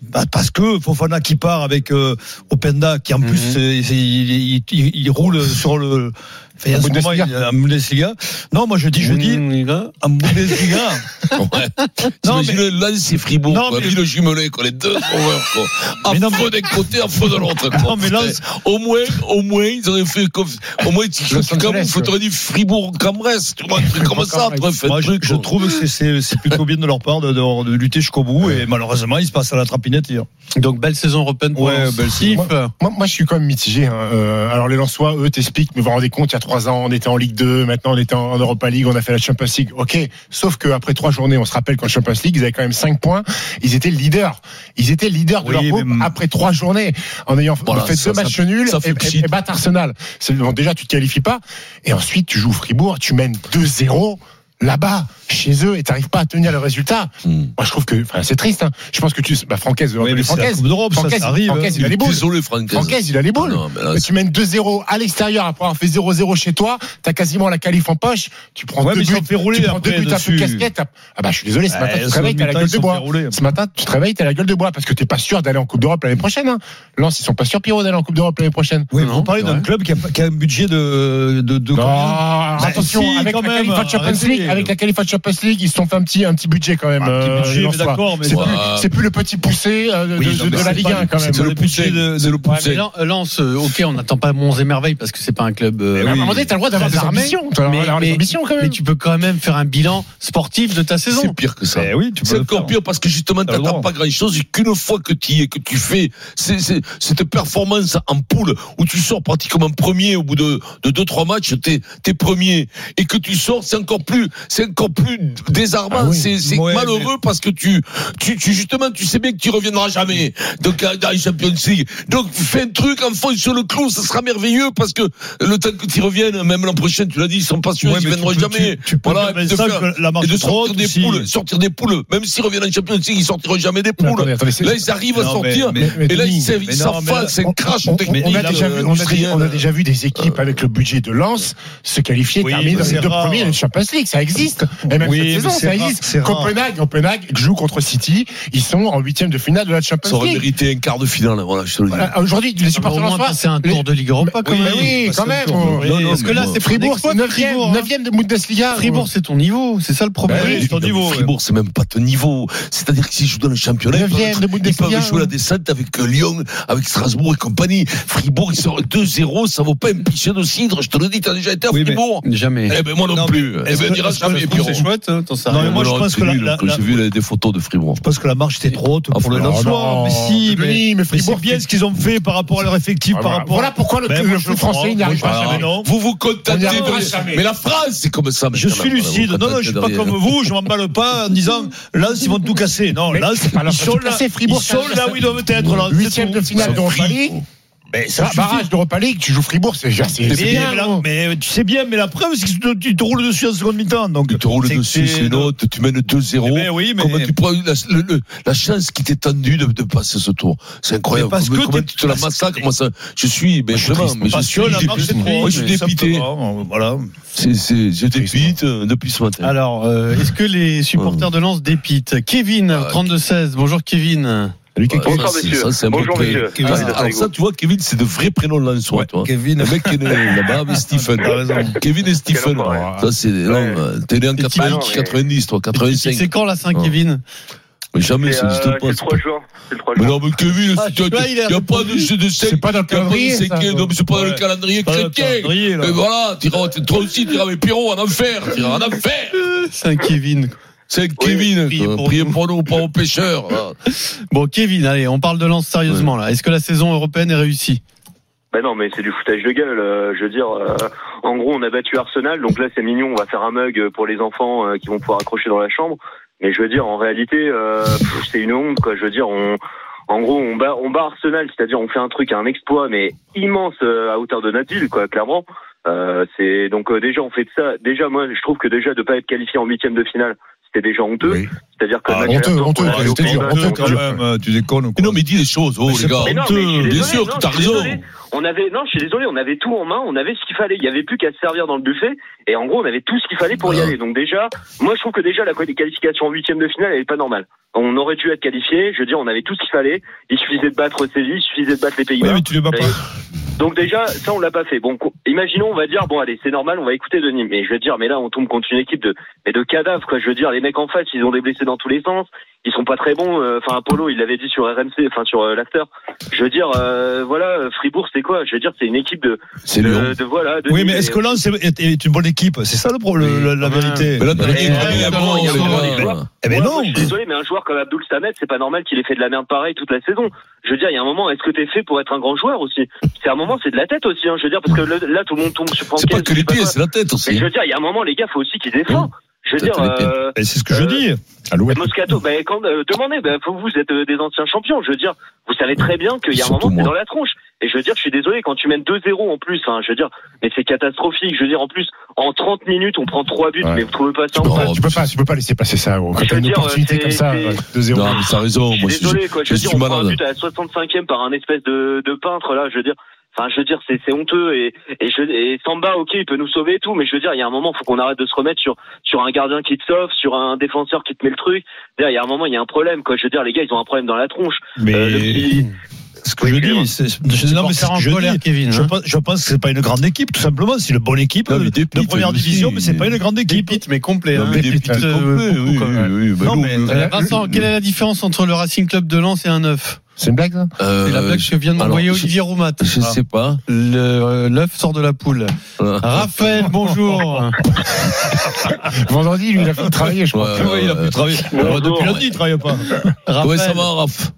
[SPEAKER 6] Bah, parce que Fofana qui part avec euh, Openda qui en plus c'est- c'est- il, il- il- il roule sur le enfin, il y a
[SPEAKER 5] En
[SPEAKER 6] ce moment,
[SPEAKER 5] Bundesliga.
[SPEAKER 6] il est en Bundesliga non moi je dis je dis
[SPEAKER 4] Mmh, il va.
[SPEAKER 6] en Bundesliga
[SPEAKER 5] Bah,
[SPEAKER 3] Ouais.
[SPEAKER 6] Non,
[SPEAKER 3] T'imagines, Lens et Fribourg,
[SPEAKER 6] Non,
[SPEAKER 3] quoi.
[SPEAKER 6] mais-
[SPEAKER 3] Puis le jumelé, quoi. Les deux sauveurs, quoi. À
[SPEAKER 6] Mais non,
[SPEAKER 3] feu d'un côté, à feu de l'autre, quoi.
[SPEAKER 6] Non, mais
[SPEAKER 3] Putain.
[SPEAKER 6] Lens-
[SPEAKER 3] Au moins, au moins, ils auraient fait comme, au moins, tu
[SPEAKER 5] Los Angeles,
[SPEAKER 3] camoufles,
[SPEAKER 5] quoi.
[SPEAKER 3] t'aurais dit fribourg cambresse tu vois, un truc comme ça, après, fait
[SPEAKER 6] moi
[SPEAKER 3] un
[SPEAKER 6] je,
[SPEAKER 3] truc,
[SPEAKER 6] je
[SPEAKER 3] quoi.
[SPEAKER 6] trouve que c'est- c'est c'est plutôt bien de leur part de, de- de lutter jusqu'au bout et malheureusement ils se passent à la trapinette hier.
[SPEAKER 4] Donc belle saison européenne pour
[SPEAKER 6] Ouais,
[SPEAKER 4] Lens.
[SPEAKER 6] belle
[SPEAKER 4] Steve,
[SPEAKER 5] Moi, moi, je suis quand même mitigé. hein. Euh, alors, les Lensois, eux, t'expliquent, mais vous vous rendez compte, il y a trois ans, on était en Ligue 2, maintenant on était en Europa League, on a fait la Champions League. Ok, sauf qu'après trois journées, on se rappelle qu'en Champions League, ils avaient quand même cinq points. Ils étaient leaders. Ils étaient leaders de
[SPEAKER 6] Oui,
[SPEAKER 5] leur groupe
[SPEAKER 6] mais-
[SPEAKER 5] après trois journées, en ayant
[SPEAKER 3] Voilà,
[SPEAKER 5] fait
[SPEAKER 3] ça,
[SPEAKER 5] deux
[SPEAKER 3] ça-
[SPEAKER 5] matchs nuls
[SPEAKER 3] ça fait
[SPEAKER 5] et,
[SPEAKER 3] pchit.
[SPEAKER 5] et, et battre Arsenal. C'est- bon, déjà, tu te qualifies pas, et ensuite tu joues Fribourg, tu mènes 2-0. Là-bas, chez eux, et t'arrives pas à tenir le résultat.
[SPEAKER 3] Hmm.
[SPEAKER 5] Moi, je trouve que, enfin, c'est triste. hein. Je pense que tu, bah, Francaise,
[SPEAKER 6] Ouais, mais c'est la
[SPEAKER 5] Francaise,
[SPEAKER 6] Coupe d'Europe, ça,
[SPEAKER 5] Francaise,
[SPEAKER 6] ça arrive. hein.
[SPEAKER 5] Francaise, il a les boules.
[SPEAKER 3] Désolé, Franck.
[SPEAKER 5] Francaise, il a les boules.
[SPEAKER 3] Non, mais là,
[SPEAKER 5] Mais tu mènes 2-0 à l'extérieur après avoir fait 0-0 chez toi, t'as quasiment la qualif en poche, tu prends
[SPEAKER 6] Ouais,
[SPEAKER 5] deux
[SPEAKER 6] mais ils
[SPEAKER 5] buts,
[SPEAKER 6] sont fait rouler
[SPEAKER 5] tu prends deux
[SPEAKER 6] après
[SPEAKER 5] buts à feu de
[SPEAKER 6] dessus.
[SPEAKER 5] casquette. t'as- Ah bah je suis désolé, ce matin
[SPEAKER 6] Ouais,
[SPEAKER 5] tu te
[SPEAKER 6] sur
[SPEAKER 5] réveilles,
[SPEAKER 6] le
[SPEAKER 5] t'as la
[SPEAKER 6] mi-temps,
[SPEAKER 5] gueule
[SPEAKER 6] ils
[SPEAKER 5] de
[SPEAKER 6] sont
[SPEAKER 5] bois.
[SPEAKER 6] fait rouler. hein.
[SPEAKER 5] Ce matin tu te réveilles, t'as la gueule de bois parce que t'es pas sûr d'aller en Coupe d'Europe l'année prochaine. Hein. Lens, ils sont pas sûrs, Pierrot, d'aller en Coupe d'Europe l'année prochaine.
[SPEAKER 6] Oui,
[SPEAKER 4] Non,
[SPEAKER 6] vous parlez
[SPEAKER 4] c'est
[SPEAKER 6] d'un
[SPEAKER 4] vrai.
[SPEAKER 6] club qui a, qui a un budget de, de, de
[SPEAKER 5] Non,
[SPEAKER 6] combien
[SPEAKER 5] alors
[SPEAKER 6] Bah,
[SPEAKER 5] attention,
[SPEAKER 6] si,
[SPEAKER 5] avec,
[SPEAKER 6] quand
[SPEAKER 5] la
[SPEAKER 6] même,
[SPEAKER 5] qualif de Champions
[SPEAKER 6] arrêtez.
[SPEAKER 5] League, avec la qualif de Champions League, ils se sont fait un petit, un petit budget quand même.
[SPEAKER 6] Un petit
[SPEAKER 5] euh,
[SPEAKER 6] budget,
[SPEAKER 5] les
[SPEAKER 6] mais
[SPEAKER 5] Lensois.
[SPEAKER 6] d'accord, mais
[SPEAKER 5] c'est
[SPEAKER 6] ouais.
[SPEAKER 5] plus, c'est plus le petit poussé euh, de,
[SPEAKER 6] Oui,
[SPEAKER 5] de-
[SPEAKER 6] non,
[SPEAKER 5] de
[SPEAKER 6] mais
[SPEAKER 5] la
[SPEAKER 6] c'est
[SPEAKER 5] Ligue
[SPEAKER 6] pas
[SPEAKER 5] 1 quand même.
[SPEAKER 3] C'est le poussin. C'est le
[SPEAKER 4] Ouais, mais
[SPEAKER 3] poussin.
[SPEAKER 4] Lan- Lens, euh, ok, on n'attend pas Mons et Merveilles parce que c'est pas un club. euh,
[SPEAKER 6] Eh
[SPEAKER 5] Mais à un moment donné, t'as le droit d'avoir
[SPEAKER 4] très
[SPEAKER 5] des
[SPEAKER 4] armé.
[SPEAKER 5] ambitions, t'as le droit
[SPEAKER 4] Mais-
[SPEAKER 5] d'avoir des
[SPEAKER 4] mais-
[SPEAKER 5] ambitions quand
[SPEAKER 4] Mais
[SPEAKER 5] même.
[SPEAKER 4] tu peux quand même faire un bilan sportif de ta saison.
[SPEAKER 3] C'est pire que
[SPEAKER 5] Ben
[SPEAKER 3] ça.
[SPEAKER 6] Eh oui, tu peux
[SPEAKER 3] C'est
[SPEAKER 6] le
[SPEAKER 3] encore
[SPEAKER 6] faire.
[SPEAKER 3] pire parce que justement,
[SPEAKER 6] T'as le
[SPEAKER 3] t'attends
[SPEAKER 6] droit.
[SPEAKER 3] pas grand chose et qu'une fois que tu y es, que tu fais c'est- c'est- cette performance en poule où tu sors pratiquement premier au bout de, de deux, trois matchs, t'es, t'es premier et que tu sors, c'est encore plus, c'est encore plus désarmant,
[SPEAKER 6] Ah oui.
[SPEAKER 3] c'est, c'est
[SPEAKER 6] Ouais,
[SPEAKER 3] malheureux parce que tu, tu, tu- justement, tu sais bien que tu reviendras jamais. Donc, à- dans les Champions League. Donc, fais un truc en fond sur le clou, ça sera merveilleux parce que le temps que tu reviennes, même l'an prochain, tu l'as dit, ils sont pas sûrs,
[SPEAKER 6] Ouais,
[SPEAKER 3] ils
[SPEAKER 6] mais
[SPEAKER 3] viendront
[SPEAKER 6] tu peux-
[SPEAKER 3] jamais.
[SPEAKER 6] tu- tu peux dire,
[SPEAKER 3] et
[SPEAKER 6] mais
[SPEAKER 3] de
[SPEAKER 6] ça,
[SPEAKER 3] faire-
[SPEAKER 6] que la marche
[SPEAKER 3] et de
[SPEAKER 6] de
[SPEAKER 3] sortir
[SPEAKER 6] fraude
[SPEAKER 3] des
[SPEAKER 6] aussi.
[SPEAKER 3] poules, sortir des poules, même s'ils reviennent en Champions League, ils sortiront jamais des
[SPEAKER 5] Mais
[SPEAKER 3] poules.
[SPEAKER 5] attendez, attendez, c'est-
[SPEAKER 3] Là, ils arrivent à
[SPEAKER 6] Non, mais-
[SPEAKER 3] sortir,
[SPEAKER 6] mais- mais
[SPEAKER 3] et là,
[SPEAKER 6] Denis,
[SPEAKER 3] ils s'en-
[SPEAKER 6] mais
[SPEAKER 3] ils
[SPEAKER 6] non,
[SPEAKER 3] s'en
[SPEAKER 6] mais là,
[SPEAKER 3] fâchent, c'est un crash
[SPEAKER 5] on, on-
[SPEAKER 3] technique.
[SPEAKER 5] on a déjà
[SPEAKER 3] euh,
[SPEAKER 5] vu, on, a déjà,
[SPEAKER 3] industriel.
[SPEAKER 5] on a déjà vu des équipes avec le budget de Lens se qualifier,
[SPEAKER 6] Oui,
[SPEAKER 5] terminer
[SPEAKER 6] mais
[SPEAKER 5] dans les
[SPEAKER 6] c'est
[SPEAKER 5] deux
[SPEAKER 6] rare.
[SPEAKER 5] premiers de Champions League. Ça existe. Et même
[SPEAKER 6] Oui, mais
[SPEAKER 5] cette saison,
[SPEAKER 6] c'est
[SPEAKER 5] ça
[SPEAKER 6] rare,
[SPEAKER 5] existe.
[SPEAKER 6] c'est rare.
[SPEAKER 5] Copenhague, Copenhague joue contre City. Ils sont en huitième de finale de la
[SPEAKER 3] euh, Ça
[SPEAKER 5] Champions
[SPEAKER 3] aurait
[SPEAKER 5] League.
[SPEAKER 3] mérité un quart de finale, voilà, je te le dis.
[SPEAKER 5] Voilà, Aujourd'hui, les
[SPEAKER 4] Au
[SPEAKER 5] supporters
[SPEAKER 4] moins
[SPEAKER 5] lensois.
[SPEAKER 4] passer un
[SPEAKER 5] les-
[SPEAKER 4] tour de Ligue Europa quand
[SPEAKER 5] Oui,
[SPEAKER 4] même.
[SPEAKER 5] oui, quand même.
[SPEAKER 6] bah, tour de-
[SPEAKER 5] Oh.
[SPEAKER 6] Non, non,
[SPEAKER 4] Parce que là,
[SPEAKER 3] mais
[SPEAKER 4] c'est
[SPEAKER 5] Fribourg, c'est 9e,
[SPEAKER 4] 9
[SPEAKER 5] 9e de Bundesliga.
[SPEAKER 4] Fribourg, c'est ton niveau, c'est ça le problème.
[SPEAKER 5] Bah oui,
[SPEAKER 3] Oui,
[SPEAKER 6] ton
[SPEAKER 3] mais
[SPEAKER 6] niveau, ouais.
[SPEAKER 3] Fribourg, c'est même pas ton niveau. C'est-à-dire que s'ils jouent dans le championnat, ils
[SPEAKER 5] Neuvième de
[SPEAKER 3] peuvent, ils
[SPEAKER 5] Bundesliga,
[SPEAKER 3] peuvent jouer la
[SPEAKER 5] ouais.
[SPEAKER 6] hein.
[SPEAKER 3] descente avec euh, Lyon, avec Strasbourg et compagnie. Fribourg, ils sortent 2-0, ça vaut pas un pichet de cidre. Je te le dis, t'as déjà été à
[SPEAKER 6] Oui, mais-
[SPEAKER 3] Fribourg
[SPEAKER 4] Jamais.
[SPEAKER 3] Eh ben moi non,
[SPEAKER 6] Non,
[SPEAKER 3] plus. Eh ben on ira jamais, Pierrot.
[SPEAKER 4] C'est chouette, hein, t'en sais
[SPEAKER 6] Non, mais
[SPEAKER 4] rien.
[SPEAKER 6] moi, je
[SPEAKER 3] Alors,
[SPEAKER 6] pense
[SPEAKER 3] c'est
[SPEAKER 6] que la-
[SPEAKER 3] nul,
[SPEAKER 6] la-
[SPEAKER 3] J'ai vu les- des photos de Fribourg.
[SPEAKER 6] Je pense que la marche était trop haute pour
[SPEAKER 3] Ah,
[SPEAKER 6] le
[SPEAKER 3] non,
[SPEAKER 6] lancement.
[SPEAKER 5] non.
[SPEAKER 6] Mais si, mais,
[SPEAKER 5] Denis, mais
[SPEAKER 6] mais c'est
[SPEAKER 5] Fribourg,
[SPEAKER 6] bien ce qu'ils ont fait par rapport à leur effectif, par
[SPEAKER 5] Voilà
[SPEAKER 6] rapport.
[SPEAKER 5] Voilà pourquoi le
[SPEAKER 6] Ben,
[SPEAKER 5] le
[SPEAKER 6] moi, je
[SPEAKER 5] foot
[SPEAKER 6] prends,
[SPEAKER 5] français il n'y
[SPEAKER 6] moi,
[SPEAKER 5] arrive
[SPEAKER 6] je
[SPEAKER 5] pas
[SPEAKER 6] prends.
[SPEAKER 5] jamais.
[SPEAKER 6] Non.
[SPEAKER 3] Ah. Vous vous
[SPEAKER 5] On y
[SPEAKER 3] contentez
[SPEAKER 5] arrivera
[SPEAKER 3] de-
[SPEAKER 5] jamais.
[SPEAKER 3] Mais la France, c'est comme ça.
[SPEAKER 6] Je
[SPEAKER 3] maintenant,
[SPEAKER 6] suis
[SPEAKER 3] voilà,
[SPEAKER 6] lucide.
[SPEAKER 3] vous
[SPEAKER 6] Non, non, je suis pas
[SPEAKER 3] contentez de
[SPEAKER 6] comme
[SPEAKER 3] rien.
[SPEAKER 6] vous. Je m'emballe pas en disant Lens, ils vont tout casser. Non,
[SPEAKER 5] Mais
[SPEAKER 6] Lens,
[SPEAKER 5] c'est pas leur
[SPEAKER 6] ils sont
[SPEAKER 5] faute de
[SPEAKER 6] là,
[SPEAKER 5] casser, Fribourg,
[SPEAKER 6] ils sont
[SPEAKER 5] c'est-
[SPEAKER 6] là où ils doivent être. Lens, c'est
[SPEAKER 5] Huitième
[SPEAKER 6] tout.
[SPEAKER 5] de finale
[SPEAKER 6] Ça
[SPEAKER 5] d'Europa
[SPEAKER 6] suffit.
[SPEAKER 5] League.
[SPEAKER 6] Mais ça
[SPEAKER 5] Bah,
[SPEAKER 6] suffit.
[SPEAKER 5] Barrage d'Europa League, tu joues Fribourg, c'est c'est-
[SPEAKER 6] Mais,
[SPEAKER 5] c'est bien.
[SPEAKER 6] mais la-
[SPEAKER 5] non
[SPEAKER 6] mais tu sais bien, mais la preuve, c'est que tu te roules dessus en seconde mi-temps. Donc,
[SPEAKER 3] Tu te roules
[SPEAKER 6] c'est que
[SPEAKER 3] dessus,
[SPEAKER 6] t'es-
[SPEAKER 3] c'est l'autre, tu mènes 2-0.
[SPEAKER 6] Eh ben oui, mais-
[SPEAKER 3] Comment tu prends la, le- le- la chance qui t'est tendue de, de passer ce tour C'est incroyable.
[SPEAKER 6] Mais parce
[SPEAKER 3] Comment-
[SPEAKER 6] que
[SPEAKER 3] comment
[SPEAKER 6] t'es-
[SPEAKER 3] tu te la
[SPEAKER 6] parce que-
[SPEAKER 3] massacres Moi, ça, je suis, ben, vraiment, mais je
[SPEAKER 6] Parce
[SPEAKER 3] suis
[SPEAKER 6] que la marche est
[SPEAKER 3] dépité.
[SPEAKER 6] trop
[SPEAKER 3] Moi,
[SPEAKER 6] haute,
[SPEAKER 3] je suis
[SPEAKER 6] mais ça me
[SPEAKER 3] dépité.
[SPEAKER 6] fera, Voilà.
[SPEAKER 3] C'est- c'est- Je dépite euh, depuis ce matin.
[SPEAKER 4] Ah, Alors, euh, est-ce que les supporters de Lens dépitent Kevin, 32-16. Bonjour Kevin.
[SPEAKER 3] Lucas
[SPEAKER 10] Bonsoir,
[SPEAKER 3] Kevin, c'est-
[SPEAKER 10] messieurs.
[SPEAKER 3] ça, c'est un
[SPEAKER 10] Bonjour,
[SPEAKER 3] peu-
[SPEAKER 10] messieurs.
[SPEAKER 3] Kevin,
[SPEAKER 10] Ah,
[SPEAKER 3] c'est- alors
[SPEAKER 10] Rodrigo.
[SPEAKER 3] ça, tu vois, Kevin, c'est de vrais prénoms là en soi, toi.
[SPEAKER 6] Kevin,
[SPEAKER 3] Le mec qui est né là-bas avec Stephen.
[SPEAKER 6] T'as raison.
[SPEAKER 3] Kevin et Stephen.
[SPEAKER 10] enfoiré.
[SPEAKER 3] Ça, c'est. non,
[SPEAKER 10] Ouais.
[SPEAKER 3] euh, T'es né en
[SPEAKER 4] Et qui-
[SPEAKER 3] 90, 90, toi,
[SPEAKER 4] C'est
[SPEAKER 3] 85.
[SPEAKER 4] c'est quand la 5,
[SPEAKER 3] Ah.
[SPEAKER 4] Kevin
[SPEAKER 3] Mais jamais,
[SPEAKER 10] C'est
[SPEAKER 3] ça
[SPEAKER 10] euh,
[SPEAKER 3] n'existe
[SPEAKER 10] c'est
[SPEAKER 3] pas.
[SPEAKER 10] le
[SPEAKER 3] c'est
[SPEAKER 10] 3 juin. C'est le 3
[SPEAKER 3] Mais
[SPEAKER 10] juin.
[SPEAKER 3] non, mais Kevin,
[SPEAKER 4] Ah,
[SPEAKER 3] il
[SPEAKER 4] tu vois, il est
[SPEAKER 3] n'y a pas de, de, de secte.
[SPEAKER 5] C'est pas dans
[SPEAKER 3] y a
[SPEAKER 5] le
[SPEAKER 3] pas de
[SPEAKER 5] calendrier, ça,
[SPEAKER 3] secte,
[SPEAKER 5] euh.
[SPEAKER 3] Non, mais c'est pas dans le
[SPEAKER 6] Ouais.
[SPEAKER 3] calendrier
[SPEAKER 6] Pas dans le
[SPEAKER 3] chrétien.
[SPEAKER 6] calendrier, là.
[SPEAKER 3] Mais voilà, t'iras- t- toi aussi, tu iras avec Pierrot en enfer. Tu iras en enfer.
[SPEAKER 4] C'est un Kevin. quoi.
[SPEAKER 3] C'est Kevin.
[SPEAKER 4] priez
[SPEAKER 3] quoi.
[SPEAKER 4] pour
[SPEAKER 3] Priez
[SPEAKER 4] nous.
[SPEAKER 3] pour nous, pas aux pêcheurs. voilà.
[SPEAKER 4] Bon, Kevin, allez, on parle de Lens sérieusement là. Est-ce que la saison européenne est réussie
[SPEAKER 10] Bah non, mais c'est du foutage de gueule. euh, je veux dire, euh, en gros, on a battu Arsenal, donc là, c'est mignon. On va faire un mug pour les enfants euh, qui vont pouvoir accrocher dans la chambre. Mais je veux dire, en réalité, euh, pff, c'est une honte, quoi. Je veux dire, on, en gros, on bat, on bat Arsenal, c'est-à-dire on fait un truc, un exploit, mais immense euh, à hauteur de notre île, quoi, clairement. Euh, c'est donc euh, déjà on fait de ça. Déjà, moi, je trouve que déjà de pas être qualifié en huitième de finale, c'était déjà honteux.
[SPEAKER 3] Oui.
[SPEAKER 10] C'est-à-dire que
[SPEAKER 5] Ah,
[SPEAKER 10] le match
[SPEAKER 5] honteux,
[SPEAKER 10] aller,
[SPEAKER 5] honteux,
[SPEAKER 10] on a
[SPEAKER 5] quoi,
[SPEAKER 10] été
[SPEAKER 5] c'était
[SPEAKER 10] au
[SPEAKER 5] dur,
[SPEAKER 10] combat,
[SPEAKER 5] honteux,
[SPEAKER 10] donc,
[SPEAKER 5] quand
[SPEAKER 10] euh,
[SPEAKER 5] même,
[SPEAKER 6] tu déconnes.
[SPEAKER 3] Mais non, mais dis les choses, oh, les gars.
[SPEAKER 10] mais non, mais je suis
[SPEAKER 3] Bien
[SPEAKER 10] désolé,
[SPEAKER 3] sûr
[SPEAKER 10] non,
[SPEAKER 3] que t'as
[SPEAKER 10] je suis
[SPEAKER 3] raison.
[SPEAKER 10] désolé. On avait, non, je suis désolé, on avait tout en main, on avait ce qu'il fallait. Il n'y avait plus qu'à se servir dans le buffet. Et en gros, on avait tout ce qu'il fallait pour y
[SPEAKER 3] Voilà.
[SPEAKER 10] aller. Donc déjà, moi, je trouve que déjà, la qualification en huitième de finale, elle est pas normale. On aurait dû être qualifié. Je veux dire, on avait tout ce qu'il fallait. Il suffisait de battre Séville, il suffisait de battre les Pays-Bas.
[SPEAKER 6] tu les bats pas.
[SPEAKER 10] Donc déjà, ça on l'a pas fait. Bon, co- imaginons, on va dire, bon allez, c'est normal, on va écouter Denis. Mais je veux dire, mais là on tombe contre une équipe de, mais de cadavres quoi. Je veux dire, les mecs en face, ils ont des blessés dans tous les sens. Ils sont pas très bons. euh, Enfin, Apollo, il l'avait dit sur RMC, enfin sur euh, l'after. Je veux dire, euh, voilà, euh, Fribourg, c'est quoi Je veux dire, c'est une équipe de,
[SPEAKER 3] C'est Lyon.
[SPEAKER 10] de, de- voilà. Denis,
[SPEAKER 6] Oui, mais est-ce
[SPEAKER 10] et-
[SPEAKER 6] que Lens est, est une bonne équipe C'est ça le problème, la, la
[SPEAKER 4] Euh,
[SPEAKER 6] vérité.
[SPEAKER 3] Mais là, t'as
[SPEAKER 6] Eh,
[SPEAKER 3] rien compris, avant,
[SPEAKER 10] il y a
[SPEAKER 3] les
[SPEAKER 10] un
[SPEAKER 3] gars.
[SPEAKER 10] moment, il doit-
[SPEAKER 6] eh ben
[SPEAKER 10] Ouais,
[SPEAKER 6] non
[SPEAKER 10] moi, je suis désolé, mais un joueur comme Abdul Samed, c'est pas normal qu'il ait fait de la merde pareil toute la saison. Je veux dire, il y a un moment, est-ce que t'es fait pour être un grand joueur aussi C'est un moment, c'est de la tête aussi. Hein, je veux dire, parce que le- là, tout le monde tombe sur
[SPEAKER 3] C'est pas
[SPEAKER 10] Franquès,
[SPEAKER 3] que
[SPEAKER 10] je
[SPEAKER 3] les
[SPEAKER 10] sais pas
[SPEAKER 3] pieds,
[SPEAKER 10] quoi.
[SPEAKER 3] c'est la tête
[SPEAKER 10] Mais
[SPEAKER 3] aussi.
[SPEAKER 10] je veux dire, il y a un moment, les gars, faut aussi qu'ils défendent. Je veux
[SPEAKER 3] Ça,
[SPEAKER 10] dire,
[SPEAKER 3] ça dépend.
[SPEAKER 10] euh,
[SPEAKER 6] Eh, C'est ce que je
[SPEAKER 10] Euh,
[SPEAKER 6] dis.
[SPEAKER 10] Moscato, ben, quand, euh, demandez, ben, vous, vous êtes euh, des anciens champions. Je veux dire, vous savez très bien qu'il y a un
[SPEAKER 3] Surtout
[SPEAKER 10] moment, c'est
[SPEAKER 3] moi.
[SPEAKER 10] dans la tronche. Et je veux dire, je suis désolé, quand tu mènes 2-0 en plus, hein, je veux dire, mais c'est catastrophique. Je veux dire, en plus, en 30 minutes, on prend 3 buts,
[SPEAKER 5] Ouais.
[SPEAKER 10] mais vous trouvez pas ça en
[SPEAKER 3] Non,
[SPEAKER 10] face
[SPEAKER 5] Tu peux pas, tu peux pas laisser passer ça. gros. Quand
[SPEAKER 10] Oh, Je
[SPEAKER 5] t'as une
[SPEAKER 10] veux dire,
[SPEAKER 5] opportunité
[SPEAKER 10] c'est-
[SPEAKER 5] comme ça, euh,
[SPEAKER 10] c'est-
[SPEAKER 5] ouais, 2-0.
[SPEAKER 3] Non, mais t'as raison.
[SPEAKER 10] Je
[SPEAKER 3] Oh, Moi,
[SPEAKER 10] suis
[SPEAKER 3] je-
[SPEAKER 10] désolé, quoi. Je veux
[SPEAKER 3] je
[SPEAKER 10] dire,
[SPEAKER 3] suis
[SPEAKER 10] on prend un
[SPEAKER 3] malade.
[SPEAKER 10] but à la 65e par un espèce de, de peintre, là. Je veux dire, enfin, je veux dire, c'est, c'est honteux. Et, et, je, et Samba, ok, il peut nous sauver et tout, mais je veux dire, il y a un moment, faut qu'on arrête de se remettre sur, sur un gardien qui te sauve, sur un défenseur qui te met le truc. D'ailleurs, il y a un moment, il y a un problème, quoi. Je veux dire, les gars, ils ont un problème dans la tronche.
[SPEAKER 6] Mais
[SPEAKER 10] Euh, le petit-
[SPEAKER 6] ce que je dis, c'est je- non, mais c'est ce
[SPEAKER 4] Porteur en
[SPEAKER 6] que je
[SPEAKER 4] colère,
[SPEAKER 6] dis.
[SPEAKER 4] Kevin.
[SPEAKER 6] Je
[SPEAKER 4] hein.
[SPEAKER 6] pense, je pense que c'est pas une grande équipe, tout simplement. C'est une bonne équipe
[SPEAKER 3] Non, mais
[SPEAKER 6] de,
[SPEAKER 3] des
[SPEAKER 6] de
[SPEAKER 3] pites,
[SPEAKER 6] première
[SPEAKER 3] mais
[SPEAKER 6] division,
[SPEAKER 3] si,
[SPEAKER 6] mais c'est pas
[SPEAKER 3] mais-
[SPEAKER 6] une grande
[SPEAKER 4] Des
[SPEAKER 6] équipe.
[SPEAKER 4] pites, mais complet.
[SPEAKER 3] Non,
[SPEAKER 4] hein.
[SPEAKER 3] mais
[SPEAKER 4] Des
[SPEAKER 3] des
[SPEAKER 4] pites,
[SPEAKER 3] pites,
[SPEAKER 4] euh,
[SPEAKER 3] oui,
[SPEAKER 4] beaucoup,
[SPEAKER 3] oui,
[SPEAKER 4] quand même.
[SPEAKER 3] oui, oui, bah,
[SPEAKER 6] Non,
[SPEAKER 3] nous,
[SPEAKER 6] mais-
[SPEAKER 3] nous,
[SPEAKER 4] Euh, Vincent, quelle est la différence entre le Racing Club de Lens et un 9
[SPEAKER 5] C'est une blague, hein. ça
[SPEAKER 3] euh,
[SPEAKER 4] C'est la blague que vient de
[SPEAKER 3] alors,
[SPEAKER 4] m'envoyer
[SPEAKER 3] je-
[SPEAKER 4] Olivier Roumat. Ah.
[SPEAKER 3] Je sais pas.
[SPEAKER 4] Le, euh, L'œuf sort de la poule.
[SPEAKER 3] Voilà.
[SPEAKER 4] Raphaël, bonjour.
[SPEAKER 5] Vendredi, lui, il a fait travailler, je crois.
[SPEAKER 3] Ouais, ouais,
[SPEAKER 6] Oui, il a pu travailler.
[SPEAKER 10] Bonjour.
[SPEAKER 6] Depuis lundi, il travaille pas.
[SPEAKER 3] Comment ça
[SPEAKER 4] Raphaël,
[SPEAKER 3] va, Raph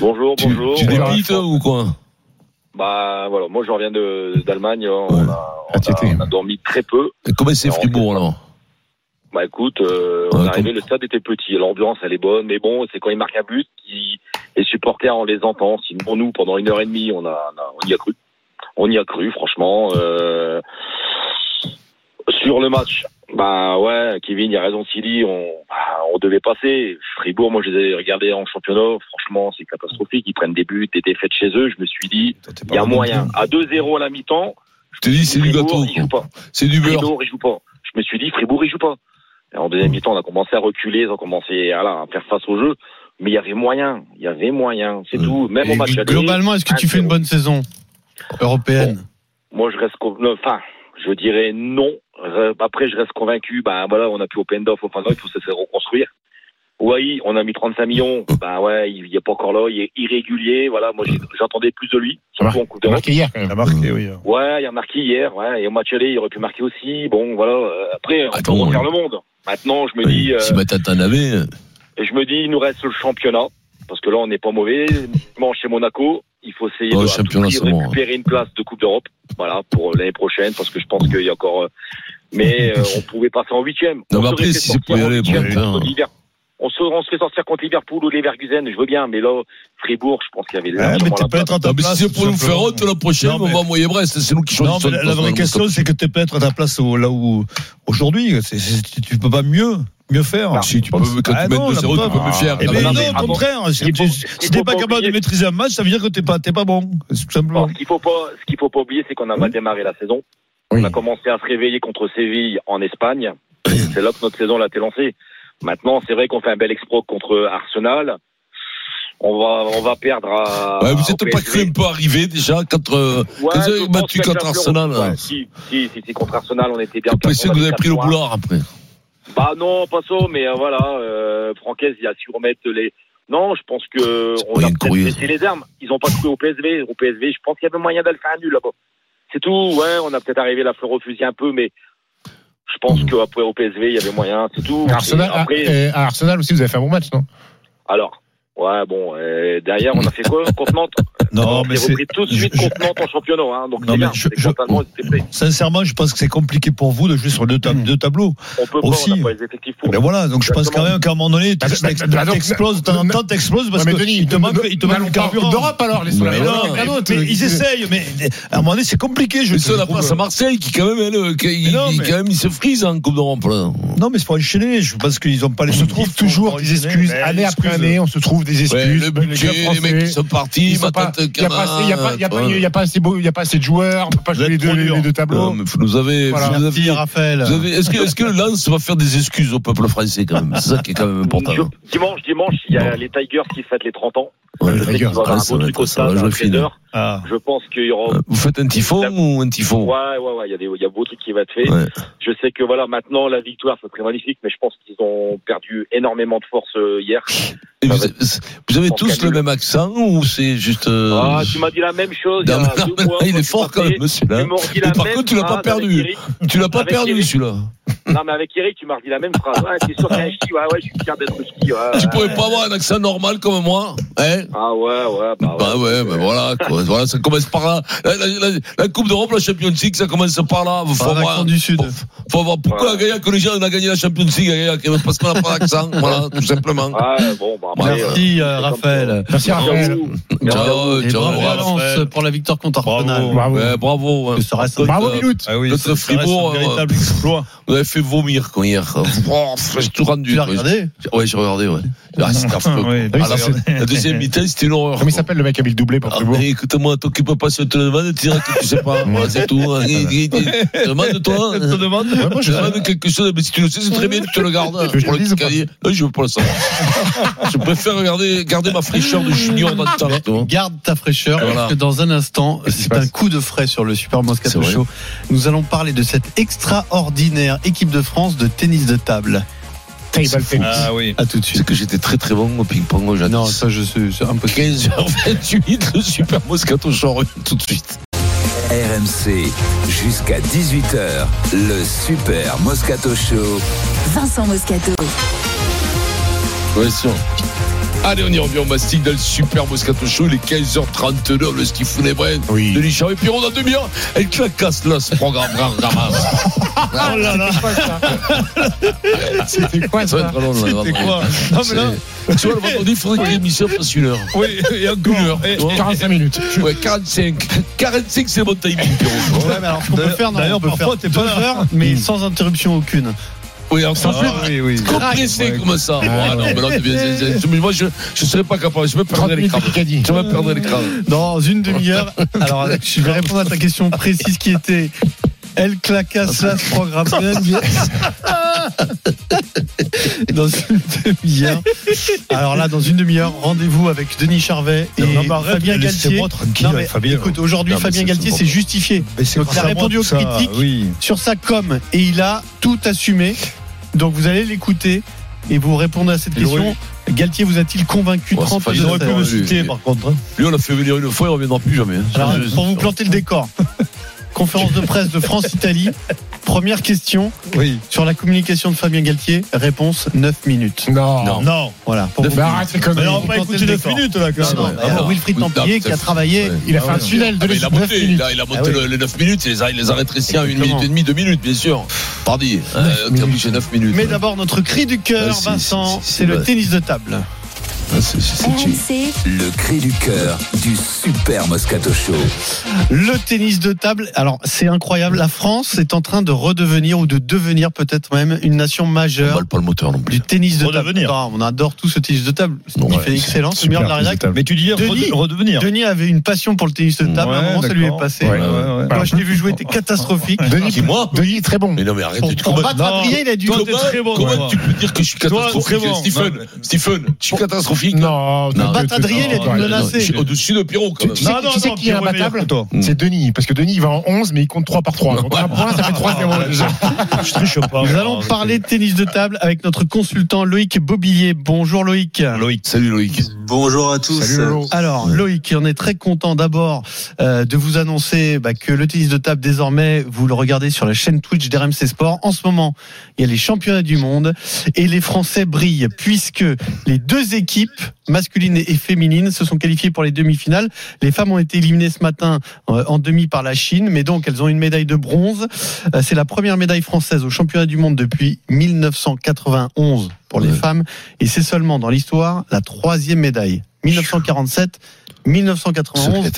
[SPEAKER 10] Bonjour,
[SPEAKER 3] Tu,
[SPEAKER 10] bonjour.
[SPEAKER 3] tu hein.
[SPEAKER 10] Voilà.
[SPEAKER 3] débites ou quoi
[SPEAKER 10] Bah, voilà. Moi, je reviens de, d'Allemagne. hein.
[SPEAKER 3] Ouais.
[SPEAKER 10] On, a, on,
[SPEAKER 5] Ah, t'étais.
[SPEAKER 10] a, on a dormi très peu.
[SPEAKER 3] Et Comment c'est
[SPEAKER 10] Alors,
[SPEAKER 3] Fribourg, alors
[SPEAKER 10] Bah écoute, euh, on
[SPEAKER 3] Ouais,
[SPEAKER 10] est arrivé, le stade était petit, l'ambiance elle est bonne, mais bon, c'est quand ils marquent un but, qui, les supporters on les entend. Sinon nous, pendant une heure et demie, on a, on a- on y a cru, on y a cru, franchement. euh, sur le match, bah ouais, Kevin, il a raison, Silly, on, bah, on devait passer. Fribourg, moi je les ai regardés en championnat, franchement, c'est catastrophique. Ils prennent des buts, des défaites chez eux. Je me suis dit, il y a moyen. À 2-0 à la mi-temps,
[SPEAKER 3] Je te Ah, dis, c'est du
[SPEAKER 10] Fribourg,
[SPEAKER 3] gâteau.
[SPEAKER 10] ils jouent
[SPEAKER 3] quoi.
[SPEAKER 10] pas.
[SPEAKER 3] C'est du beurre.
[SPEAKER 10] Fribourg, il joue pas. Je me suis dit, Fribourg, il joue pas. Et en deuxième mi-temps, on a commencé à reculer, ils ont commencé voilà, à faire face au jeu. Mais il y avait moyen, il y avait moyen, c'est
[SPEAKER 3] Ouais.
[SPEAKER 10] tout. Même au
[SPEAKER 4] Et
[SPEAKER 10] match aller,
[SPEAKER 4] Globalement, est-ce que tu fais une bonne saison européenne
[SPEAKER 10] moi je reste, con- non, enfin, je dirais non. Re- Après, je reste convaincu, ben voilà, on a plus open d'off, enfin, non, il faut se faire reconstruire. Oui, on a mis 35 millions, ben ouais, il n'est pas encore là, il est irrégulier, voilà, moi j'ai- j'attendais plus de lui, surtout en Coupe
[SPEAKER 5] Il a
[SPEAKER 10] d'Europe.
[SPEAKER 5] marqué hier, quand même.
[SPEAKER 6] Il a marqué, oui.
[SPEAKER 10] Ouais, il a marqué hier, ouais, et au match aller, il aurait pu marquer aussi. Bon, voilà, euh, après, on peut
[SPEAKER 3] Attends,
[SPEAKER 10] refaire
[SPEAKER 3] ouais.
[SPEAKER 10] le monde. Maintenant, je me dis,
[SPEAKER 3] Oui,
[SPEAKER 10] euh,
[SPEAKER 3] Si ma tata en avait,
[SPEAKER 10] je me dis, il nous reste le championnat, parce que là, on n'est pas mauvais. Dimanche, chez Monaco, il faut essayer
[SPEAKER 3] Oh,
[SPEAKER 10] de
[SPEAKER 3] le
[SPEAKER 10] à tout
[SPEAKER 3] championnat,
[SPEAKER 10] prix,
[SPEAKER 3] c'est bon, hein.
[SPEAKER 10] récupérer une place de Coupe d'Europe, voilà, pour l'année prochaine, parce que je pense qu'il y a encore. euh,
[SPEAKER 3] [laughs]
[SPEAKER 10] Mais euh, on pouvait passer en huitième.
[SPEAKER 3] Non,
[SPEAKER 10] On
[SPEAKER 3] mais
[SPEAKER 10] se
[SPEAKER 3] après,
[SPEAKER 10] fait
[SPEAKER 3] si
[SPEAKER 10] sortir
[SPEAKER 3] c'est pour y
[SPEAKER 10] en
[SPEAKER 3] aller, hein.
[SPEAKER 10] huitième
[SPEAKER 3] bon,
[SPEAKER 10] contre
[SPEAKER 3] putain.
[SPEAKER 10] Liver- On se, on se fait sortir contre Liverpool ou Leverkusen, je veux bien, mais là, Fribourg, je pense qu'il y avait
[SPEAKER 6] Ouais,
[SPEAKER 10] largement
[SPEAKER 6] mais
[SPEAKER 10] la
[SPEAKER 6] t'es
[SPEAKER 10] place.
[SPEAKER 6] peut-être à ta
[SPEAKER 3] Non, Ah, mais
[SPEAKER 6] place.
[SPEAKER 3] si c'est pour
[SPEAKER 6] tout
[SPEAKER 3] nous faire
[SPEAKER 6] simplement.
[SPEAKER 3] honte, la prochaine,
[SPEAKER 6] Non,
[SPEAKER 3] on
[SPEAKER 6] mais-
[SPEAKER 3] va à Moyen-Brest. C'est nous qui
[SPEAKER 6] Non,
[SPEAKER 3] choisissons.
[SPEAKER 6] mais la, la vraie question, c'est que t'es peut-être à ta place au- là où aujourd'hui, c'est- c'est- tu- tu peux pas mieux, mieux faire.
[SPEAKER 3] Si tu peux, quand
[SPEAKER 6] Ah
[SPEAKER 3] tu mets
[SPEAKER 6] non,
[SPEAKER 3] 2-0, tu
[SPEAKER 6] la
[SPEAKER 3] peux
[SPEAKER 6] preuve.
[SPEAKER 3] me faire. Ah,
[SPEAKER 6] Eh
[SPEAKER 3] Non,
[SPEAKER 6] ben
[SPEAKER 3] mais-
[SPEAKER 10] non,
[SPEAKER 6] non,
[SPEAKER 10] mais-
[SPEAKER 6] au contraire. Si
[SPEAKER 10] Il faut-
[SPEAKER 6] tu-
[SPEAKER 10] il
[SPEAKER 6] si
[SPEAKER 10] faut
[SPEAKER 6] t'es pas
[SPEAKER 10] pas
[SPEAKER 6] capable de
[SPEAKER 10] oublier- Ah.
[SPEAKER 6] maîtriser un match, ça veut dire que t'es pas, t'es pas bon. C'est Tout simplement.
[SPEAKER 10] Alors, ce qu'il faut pas, ce qu'il faut pas oublier, c'est qu'on a mal démarré la saison.
[SPEAKER 5] Oui.
[SPEAKER 10] On a commencé à se réveiller contre Séville en
[SPEAKER 3] [coughs]
[SPEAKER 10] Espagne. C'est là que notre saison l'a été lancée. Maintenant, c'est vrai qu'on fait un bel exploit contre Arsenal. on va, on va perdre à.
[SPEAKER 3] Ouais, vous
[SPEAKER 10] au
[SPEAKER 3] n'êtes pas
[SPEAKER 10] PSG.
[SPEAKER 3] cru un peu arrivé déjà contre. euh,
[SPEAKER 10] Ouais,
[SPEAKER 3] quand vous
[SPEAKER 10] je
[SPEAKER 3] avez
[SPEAKER 10] pense
[SPEAKER 3] battu
[SPEAKER 10] qu'avec
[SPEAKER 3] contre
[SPEAKER 10] la
[SPEAKER 3] Arsenal.
[SPEAKER 10] Fiorentina,
[SPEAKER 3] là,
[SPEAKER 10] ouais, Si, si, si, si, contre Arsenal, on était
[SPEAKER 3] J'ai
[SPEAKER 10] bien.
[SPEAKER 3] l'impression que vous avez pris le
[SPEAKER 10] 4-3.
[SPEAKER 3] boulard après.
[SPEAKER 10] Bah non, pas ça, mais euh, voilà, euh, Francaise, il a su remettre les. Non, je pense que
[SPEAKER 3] C'est
[SPEAKER 10] on
[SPEAKER 3] pas
[SPEAKER 10] a
[SPEAKER 3] une
[SPEAKER 10] peut-être
[SPEAKER 3] curieuse.
[SPEAKER 10] baissé les armes. Ils ont pas cru au PSV. Au PSV, je pense qu'il y avait moyen d'aller faire un nul là-bas. C'est tout. Ouais, on a peut-être arrivé la fleur au fusil un peu, mais je
[SPEAKER 6] Mm.
[SPEAKER 10] pense qu'après au PSV, il y avait moyen. C'est tout.
[SPEAKER 5] À Arsenal,
[SPEAKER 10] Et après,
[SPEAKER 5] à- et à Arsenal aussi, vous avez fait un bon match, non
[SPEAKER 10] alors. Ouais, bon, euh, derrière, on a fait quoi Contre Nantes
[SPEAKER 6] [laughs] Non,
[SPEAKER 10] On
[SPEAKER 6] mais
[SPEAKER 10] s'est
[SPEAKER 6] c'est.
[SPEAKER 10] repris tout de suite
[SPEAKER 6] je-
[SPEAKER 10] contre Nantes en championnat. Hein, donc,
[SPEAKER 6] Non,
[SPEAKER 10] c'est
[SPEAKER 6] mais
[SPEAKER 10] bien.
[SPEAKER 6] je-
[SPEAKER 10] c'est
[SPEAKER 6] je-
[SPEAKER 10] totalement- c'est fait.
[SPEAKER 6] Sincèrement, je pense que c'est compliqué pour vous de jouer sur deux, ta- deux tableaux.
[SPEAKER 10] On peut
[SPEAKER 6] Aussi.
[SPEAKER 10] pas, on n'a pas les effectifs pour.
[SPEAKER 6] Mais voilà, donc je pense quand
[SPEAKER 10] Exactement.
[SPEAKER 6] même qu'à un moment donné,
[SPEAKER 5] Bah, bah, bah,
[SPEAKER 6] t'ex-
[SPEAKER 5] bah, donc,
[SPEAKER 6] t'exploses, de temps en temps, t'exploses parce
[SPEAKER 5] Ouais, mais
[SPEAKER 6] que
[SPEAKER 5] Denis,
[SPEAKER 6] il te
[SPEAKER 5] nous-
[SPEAKER 6] manque,
[SPEAKER 5] nous-
[SPEAKER 6] il te
[SPEAKER 5] nous
[SPEAKER 6] manque le
[SPEAKER 5] allons pas en
[SPEAKER 6] carburant.
[SPEAKER 5] Europe, alors, les
[SPEAKER 6] Mais non, mais- mais ils essayent, mais à un moment donné, c'est compliqué. Je
[SPEAKER 3] Mais
[SPEAKER 6] te
[SPEAKER 3] ça, la
[SPEAKER 6] trouve.
[SPEAKER 3] place à Marseille, qui quand même, elle, euh, qui,
[SPEAKER 6] euh, Mais non,
[SPEAKER 3] qui-
[SPEAKER 6] mais-
[SPEAKER 3] quand même, il se frise en Coupe d'Europe. là.
[SPEAKER 6] Non, mais c'est pour enchaîner. Je pense qu'ils n'ont pas les
[SPEAKER 5] On se trouve
[SPEAKER 6] effectifs pour-
[SPEAKER 5] toujours
[SPEAKER 6] pour
[SPEAKER 5] des
[SPEAKER 6] enchaîner.
[SPEAKER 5] excuses,
[SPEAKER 6] Mais
[SPEAKER 5] année
[SPEAKER 6] les
[SPEAKER 5] après
[SPEAKER 6] excuses,
[SPEAKER 5] année, on se trouve des excuses.
[SPEAKER 3] Ouais, le
[SPEAKER 5] clubs
[SPEAKER 3] budget, les mecs
[SPEAKER 5] français,
[SPEAKER 3] qui sont partis,
[SPEAKER 5] ils sont pas-
[SPEAKER 3] Matata
[SPEAKER 5] Il n'y a, pas
[SPEAKER 3] Kana,
[SPEAKER 5] assez- il y a pas- il y a pas-
[SPEAKER 3] toi.
[SPEAKER 5] il y a pas assez beau- il y a pas assez de joueurs, on peut pas
[SPEAKER 6] Vous
[SPEAKER 5] jouer les
[SPEAKER 6] êtes
[SPEAKER 5] deux,
[SPEAKER 6] trop
[SPEAKER 5] les
[SPEAKER 6] dur.
[SPEAKER 5] deux tableaux.
[SPEAKER 3] Non, mais Vous avez.
[SPEAKER 5] Voilà.
[SPEAKER 3] vous avez-
[SPEAKER 4] Merci Raphaël.
[SPEAKER 3] vous avez- Est-ce que, est-ce que Lens va faire des excuses au peuple français quand même C'est ça qui est quand même important.
[SPEAKER 10] Je- dimanche, dimanche, il y a les Tigers qui fêtent les 30 ans.
[SPEAKER 3] Ouais,
[SPEAKER 10] Je sais qu'il va y avoir
[SPEAKER 3] ah,
[SPEAKER 10] un
[SPEAKER 3] ça
[SPEAKER 10] beau
[SPEAKER 3] va
[SPEAKER 10] truc
[SPEAKER 3] être-
[SPEAKER 10] au
[SPEAKER 3] ça va
[SPEAKER 10] stade
[SPEAKER 3] jouer
[SPEAKER 10] à
[SPEAKER 3] fine.
[SPEAKER 10] 13h.
[SPEAKER 6] Ah.
[SPEAKER 10] Je pense qu'il y aura.
[SPEAKER 3] Euh, Vous faites un typhon ou un typhon
[SPEAKER 10] Ouais, ouais, ouais, il y a des, il y a beau truc qui va être fait.
[SPEAKER 3] Ouais.
[SPEAKER 10] Je sais que voilà, maintenant la victoire, ça serait magnifique, mais je pense qu'ils ont perdu énormément de force euh, hier.
[SPEAKER 3] Et
[SPEAKER 10] Ça
[SPEAKER 3] vous,
[SPEAKER 10] va
[SPEAKER 3] vous avez
[SPEAKER 10] en
[SPEAKER 3] tous le
[SPEAKER 10] cagnoule.
[SPEAKER 3] même accent ou c'est juste. euh,
[SPEAKER 10] Ah, tu m'as dit la même chose. Il, y a
[SPEAKER 3] Non, mais-
[SPEAKER 10] deux
[SPEAKER 3] non, mais
[SPEAKER 10] mois,
[SPEAKER 3] là, [laughs] il
[SPEAKER 10] quand
[SPEAKER 3] est
[SPEAKER 10] tu
[SPEAKER 3] fort
[SPEAKER 10] m'as
[SPEAKER 3] quand
[SPEAKER 10] appelé,
[SPEAKER 3] même, monsieur-là.
[SPEAKER 10] Tu m'as redit
[SPEAKER 3] Mais
[SPEAKER 10] la
[SPEAKER 3] par
[SPEAKER 10] même
[SPEAKER 3] contre, tu l'as pas
[SPEAKER 10] phrase
[SPEAKER 3] perdu.
[SPEAKER 10] avec Eric.
[SPEAKER 3] Tu l'as pas
[SPEAKER 10] Avec
[SPEAKER 3] perdu
[SPEAKER 10] Eric.
[SPEAKER 3] celui-là.
[SPEAKER 10] Non, mais avec Eric, tu m'as redit la même phrase. Ouais, t'es sûr qu'un ch'ti, ouais, ouais, je suis fier d'être
[SPEAKER 3] Tu
[SPEAKER 10] ch'ti. ouais, ouais.
[SPEAKER 3] pourrais pas avoir un accent normal comme moi hein
[SPEAKER 10] Ah ouais, ouais, bah ouais.
[SPEAKER 3] Bah ouais, bah voilà, quoi. voilà, ça commence par là. La, la- la- la Coupe d'Europe, la Champions League, ça commence par là. Faut,
[SPEAKER 4] Par l'accent
[SPEAKER 3] avoir,
[SPEAKER 4] du Sud.
[SPEAKER 3] faut avoir pourquoi
[SPEAKER 10] Ouais.
[SPEAKER 3] à Gaillac, que les gens on a gagné la Champions League à Gaillac Parce qu'on n'a pas
[SPEAKER 10] [laughs]
[SPEAKER 3] d'accent, voilà, tout simplement.
[SPEAKER 10] Ouais, bon, bah après. euh,
[SPEAKER 4] Merci euh, Raphaël.
[SPEAKER 5] Merci Raphaël.
[SPEAKER 10] j'avoue.
[SPEAKER 3] Ciao,
[SPEAKER 4] Et
[SPEAKER 3] ciao.
[SPEAKER 4] bravo à
[SPEAKER 3] Bravo,
[SPEAKER 4] Lens pour la victoire contre Arsenal.
[SPEAKER 5] Bravo.
[SPEAKER 3] ouais, bravo. hein.
[SPEAKER 4] Que serait-ce
[SPEAKER 3] Contre,
[SPEAKER 5] Bravo,
[SPEAKER 3] euh,
[SPEAKER 5] Milout.
[SPEAKER 6] Ah oui,
[SPEAKER 3] Notre
[SPEAKER 6] ça- ça reste
[SPEAKER 3] Fribourg,
[SPEAKER 6] un véritable exploit.
[SPEAKER 3] Vous avez fait vomir quand
[SPEAKER 4] [laughs]
[SPEAKER 3] hier. quoi. Oh, J'ai tout rendu.
[SPEAKER 4] Tu l'as
[SPEAKER 3] quoi.
[SPEAKER 4] regardé
[SPEAKER 3] Ouais, j'ai regardé, ouais. Ah, c'était
[SPEAKER 4] [laughs]
[SPEAKER 5] [laughs]
[SPEAKER 3] affreux.
[SPEAKER 6] Ouais,
[SPEAKER 3] Ah,
[SPEAKER 6] oui,
[SPEAKER 3] la,
[SPEAKER 6] ça reste-
[SPEAKER 3] la deuxième mi-temps, c'était une horreur.
[SPEAKER 5] Comment il
[SPEAKER 3] quoi.
[SPEAKER 5] s'appelle le mec qui a mis le doublé pour
[SPEAKER 3] Ah,
[SPEAKER 5] Fribourg
[SPEAKER 3] mais écoute-moi, t'occupes pas sur te demande, tu diras que tu sais
[SPEAKER 5] [laughs]
[SPEAKER 3] pas. Voilà, c'est tout. hein. Et- et- et- Demande-toi. hein.
[SPEAKER 5] Ouais, moi,
[SPEAKER 3] Je
[SPEAKER 5] je-
[SPEAKER 3] demande quelque chose, mais si tu le sais, c'est très bien, tu te le gardes. hein,
[SPEAKER 5] Tu veux que je
[SPEAKER 3] pour
[SPEAKER 5] le dise ou pas
[SPEAKER 3] cahier. Non, je veux pas le
[SPEAKER 5] [laughs]
[SPEAKER 3] savoir. je préfère regarder, garder ma fraîcheur de junior dans le temps. tu vois.
[SPEAKER 4] Garde ta fraîcheur
[SPEAKER 3] Voilà.
[SPEAKER 4] parce que dans un instant,
[SPEAKER 5] Qu'est-ce qui se
[SPEAKER 4] c'est un
[SPEAKER 5] passe
[SPEAKER 4] coup de frais sur le Super
[SPEAKER 3] C'est
[SPEAKER 4] Moscato
[SPEAKER 3] vrai.
[SPEAKER 4] Show. Nous allons parler de cette extraordinaire équipe de France de tennis de table.
[SPEAKER 5] Table tennis.
[SPEAKER 6] Ah oui.
[SPEAKER 4] À tout de
[SPEAKER 3] C'est
[SPEAKER 4] suite.
[SPEAKER 3] que j'étais très très bon au ping-pong aujourd'hui. [laughs]
[SPEAKER 4] Non, ça je suis c'est impossible.
[SPEAKER 3] 15h28, le super Moscato Show on revient tout de suite.
[SPEAKER 2] RMC jusqu'à 18h, le Super Moscato Show.
[SPEAKER 1] Vincent Moscato.
[SPEAKER 3] Ouais, sûr. Allez, on y revient au mastic dans le super Moscato Show, il est 15h39, le ski fout les brennes.
[SPEAKER 5] Oui.
[SPEAKER 3] De Lichard et Piron dans demi-heure, elle clacasse là ce programme. ramasse.
[SPEAKER 5] C'était quoi
[SPEAKER 3] Ça va [laughs] être long, là,
[SPEAKER 6] C'était
[SPEAKER 3] vraiment.
[SPEAKER 6] quoi Non, mais là,
[SPEAKER 3] Tu vois, le vendredi, il faudrait que l'émission fasse une heure.
[SPEAKER 6] oui, et encore.
[SPEAKER 3] Une heure.
[SPEAKER 6] Et-
[SPEAKER 3] tu vois.
[SPEAKER 5] 45 minutes.
[SPEAKER 3] Ouais, 45. 45, c'est mon timing, Pierrot.
[SPEAKER 4] Ouais, mais alors, ce qu'on peut faire, non,
[SPEAKER 6] D'ailleurs,
[SPEAKER 4] on peut
[SPEAKER 6] parfois,
[SPEAKER 4] faire
[SPEAKER 6] t'es pas
[SPEAKER 4] deux
[SPEAKER 6] là.
[SPEAKER 4] heures, mais sans interruption aucune.
[SPEAKER 3] Oui, en s'en fait,
[SPEAKER 6] Ah, oui, oui.
[SPEAKER 3] compressé comme ça. Ah, non, mais là, on devient- c'est- c'est- mais moi, je ne serais pas capable. Je me
[SPEAKER 5] 30
[SPEAKER 3] perdrais
[SPEAKER 5] minutes
[SPEAKER 3] l'écran.
[SPEAKER 5] de Picardie.
[SPEAKER 3] Je me perdrais l'écran.
[SPEAKER 4] Dans une demi-heure, alors je vais répondre à ta question précise qui était Elle clacasse là ce programme.
[SPEAKER 6] [laughs]
[SPEAKER 4] Dans une demi-heure. Alors là, dans une demi-heure, rendez-vous avec Denis Charvet et
[SPEAKER 6] Non, mais arrête,
[SPEAKER 4] Fabien Galtier.
[SPEAKER 6] laissez-moi tranquille,
[SPEAKER 4] Non, mais
[SPEAKER 6] Fabien.
[SPEAKER 4] écoute, aujourd'hui,
[SPEAKER 6] Non, mais
[SPEAKER 4] Fabien
[SPEAKER 6] c'est-
[SPEAKER 4] Galtier
[SPEAKER 6] c'est
[SPEAKER 4] s'est justifié
[SPEAKER 6] Mais c'est
[SPEAKER 4] Donc,
[SPEAKER 6] grâce
[SPEAKER 4] t'as
[SPEAKER 6] à moi
[SPEAKER 4] répondu
[SPEAKER 6] tout
[SPEAKER 4] aux
[SPEAKER 6] ça,
[SPEAKER 4] critiques.
[SPEAKER 6] Oui.
[SPEAKER 4] sur sa com et il a tout assumé. Donc vous allez l'écouter et vous répondez à cette
[SPEAKER 6] Il aurait-
[SPEAKER 4] question. Galtier vous a-t il convaincu
[SPEAKER 3] Ouais, c'est
[SPEAKER 4] 30
[SPEAKER 3] pas-
[SPEAKER 6] Ils auraient pu
[SPEAKER 3] Ouais,
[SPEAKER 6] me
[SPEAKER 3] oui,
[SPEAKER 6] citer,
[SPEAKER 3] oui.
[SPEAKER 6] par contre. hein.
[SPEAKER 3] Lui, on l'a fait venir une fois, il ne reviendra plus jamais. hein.
[SPEAKER 4] Alors,
[SPEAKER 3] Je-
[SPEAKER 4] pour vous planter
[SPEAKER 3] [laughs]
[SPEAKER 4] le décor, conférence de presse de France-Italie. Première question
[SPEAKER 6] Oui.
[SPEAKER 4] sur la communication de Fabien Galtier. Réponse 9 minutes.
[SPEAKER 5] Non.
[SPEAKER 3] Non.
[SPEAKER 6] Non.
[SPEAKER 4] Voilà. Pour vous-
[SPEAKER 5] Bah, arrête les
[SPEAKER 6] Mais
[SPEAKER 5] conneries.
[SPEAKER 6] on va pas écouter 9 minutes, là,
[SPEAKER 4] Non,
[SPEAKER 6] quand
[SPEAKER 4] non,
[SPEAKER 6] même.
[SPEAKER 4] mais alors, Ah, Wilfried
[SPEAKER 3] Oui,
[SPEAKER 4] Templier
[SPEAKER 3] non,
[SPEAKER 4] qui a
[SPEAKER 3] ça-
[SPEAKER 4] travaillé.
[SPEAKER 3] ouais.
[SPEAKER 5] Il a fait
[SPEAKER 6] Ah
[SPEAKER 5] un
[SPEAKER 6] ouais.
[SPEAKER 5] tunnel de
[SPEAKER 3] Ah, mais il a
[SPEAKER 5] 9
[SPEAKER 3] monté,
[SPEAKER 5] minutes.
[SPEAKER 3] il a, il a monté
[SPEAKER 4] Ah oui.
[SPEAKER 3] le- les 9 minutes, il les a, il les a rétrécis à 1
[SPEAKER 4] Exactement.
[SPEAKER 3] minute et demie, 2 minutes, bien sûr. Pardi, hein, t'es obligé 9 minutes.
[SPEAKER 4] Mais
[SPEAKER 3] hein.
[SPEAKER 4] d'abord, notre cri du
[SPEAKER 3] Ah,
[SPEAKER 4] cœur,
[SPEAKER 3] si,
[SPEAKER 4] Vincent,
[SPEAKER 3] si, si,
[SPEAKER 4] c'est le
[SPEAKER 3] ouais.
[SPEAKER 4] tennis de table.
[SPEAKER 3] Ah, c'est- c'est- c'est-
[SPEAKER 1] RMC,
[SPEAKER 2] Le cri du cœur du Super Moscato Show.
[SPEAKER 4] Le tennis de table, alors c'est incroyable. La France est en train de redevenir ou de devenir peut-être même une nation
[SPEAKER 3] On
[SPEAKER 4] majeure
[SPEAKER 3] vale pas le moteur non plus.
[SPEAKER 4] du tennis de table.
[SPEAKER 6] Redevenir.
[SPEAKER 4] Ah, on adore tout ce tennis de table.
[SPEAKER 3] Non,
[SPEAKER 4] Il
[SPEAKER 3] ouais,
[SPEAKER 4] fait
[SPEAKER 3] c'est
[SPEAKER 4] excellent, c'est le meilleur de la rédac.
[SPEAKER 6] Mais tu dis hier,
[SPEAKER 4] Denis.
[SPEAKER 6] rede- redevenir. Ah,
[SPEAKER 4] Denis avait une passion pour le tennis de table. à un
[SPEAKER 6] Ouais,
[SPEAKER 4] moment, ça lui est
[SPEAKER 6] d'accord.
[SPEAKER 4] passé.
[SPEAKER 6] Ouais, ouais, ouais.
[SPEAKER 4] Moi, je l'ai vu jouer, il était catastrophique.
[SPEAKER 5] Denis,
[SPEAKER 3] moi
[SPEAKER 5] Denis, très bon.
[SPEAKER 3] Mais non, mais arrête,
[SPEAKER 4] Pour,
[SPEAKER 3] tu
[SPEAKER 4] pour
[SPEAKER 3] comment-
[SPEAKER 4] battre
[SPEAKER 6] non.
[SPEAKER 4] Adrien, il a dû.
[SPEAKER 6] Toi,
[SPEAKER 3] Comment,
[SPEAKER 6] t'es très bon,
[SPEAKER 3] comment
[SPEAKER 6] toi.
[SPEAKER 3] tu peux dire que je suis
[SPEAKER 6] Toi,
[SPEAKER 3] catastrophique
[SPEAKER 6] très bon.
[SPEAKER 3] Stephen,
[SPEAKER 6] Non, mais-
[SPEAKER 3] Stephen, je suis logique.
[SPEAKER 5] Non,
[SPEAKER 4] Non,
[SPEAKER 5] Batadrier,
[SPEAKER 4] Batadrier, il est
[SPEAKER 5] non,
[SPEAKER 4] menacé.
[SPEAKER 3] Je suis Au-dessus de Pierrot, quand
[SPEAKER 5] Tu,
[SPEAKER 3] même.
[SPEAKER 5] tu sais, tu sais qui est
[SPEAKER 6] Pierrot est meilleur
[SPEAKER 5] imbattable
[SPEAKER 6] que toi.
[SPEAKER 3] Mm.
[SPEAKER 5] C'est Denis, parce que Denis il va en 11, mais il compte 3
[SPEAKER 3] [laughs]
[SPEAKER 5] par 3. Donc un point, ça fait
[SPEAKER 3] Ah,
[SPEAKER 5] 3-0 déjà.
[SPEAKER 6] Je triche pas.
[SPEAKER 4] Nous allons parler de tennis de table avec notre consultant Loïc Bobillier. Bonjour Loïc.
[SPEAKER 3] Loïc. Salut Loïc.
[SPEAKER 11] Bonjour à tous.
[SPEAKER 5] Salut Lolo.
[SPEAKER 4] Alors Loïc, on est très content d'abord euh, de vous annoncer bah, que le tennis de table désormais vous le regardez sur la chaîne Twitch d'RMC Sport. En ce moment, il y a les championnats du monde et les Français brillent puisque les deux équipes masculines et féminines se sont qualifiées pour les demi-finales. Les femmes ont été éliminées ce matin euh, en demi par la Chine, mais donc elles ont une médaille de bronze. Euh, C'est la première médaille française au championnat du monde depuis 1991 pour les
[SPEAKER 3] Ouais.
[SPEAKER 4] femmes et c'est seulement dans l'histoire la troisième médaille. 1947, 1991,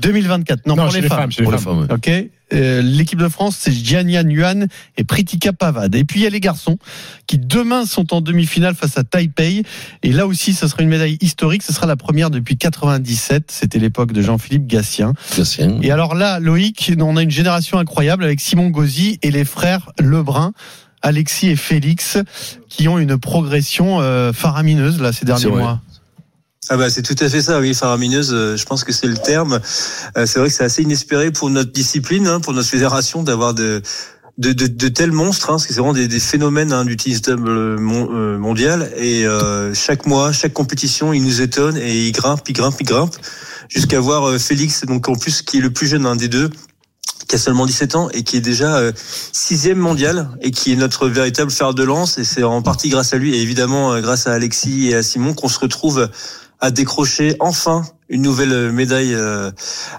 [SPEAKER 4] 2024. Non,
[SPEAKER 5] Non,
[SPEAKER 4] pour
[SPEAKER 5] chez
[SPEAKER 4] les
[SPEAKER 5] les
[SPEAKER 4] femmes.
[SPEAKER 5] femmes, chez les
[SPEAKER 3] Pour les
[SPEAKER 5] femmes.
[SPEAKER 3] femmes, ouais.
[SPEAKER 4] Ok. Euh, L'équipe de France, c'est Giannia Nguyen et Pritika Pavade. Et puis il y a les garçons qui demain sont en demi-finale face à Taipei. Et là aussi, ce sera une médaille historique. Ce sera la première depuis 97. C'était l'époque de Jean-Philippe Gatien.
[SPEAKER 3] Gatien.
[SPEAKER 4] Et alors là, Loïc, on a une génération incroyable avec Simon Gauzy et les frères Lebrun. Alexis et Félix qui ont une progression euh, faramineuse là ces derniers
[SPEAKER 3] C'est vrai.
[SPEAKER 4] mois.
[SPEAKER 11] Ah bah c'est tout à fait ça, oui, faramineuse, euh, je pense que c'est le terme. Euh, C'est vrai que c'est assez inespéré pour notre discipline, hein, pour notre fédération, d'avoir de, de, de, de tels monstres, hein, parce que c'est vraiment des, des phénomènes hein, du tennis table euh, mon- euh, mondial. Et euh, chaque mois, chaque compétition, ils nous étonnent et ils grimpent, ils grimpent, ils grimpent, jusqu'à voir euh, Félix, donc en plus qui est le plus jeune hein, des deux qui a seulement 17 ans et qui est déjà euh, sixième mondial et qui est notre véritable fer de lance et c'est en partie grâce à lui et évidemment euh, grâce à Alexis et à Simon qu'on se retrouve à décrocher enfin une nouvelle euh, médaille euh,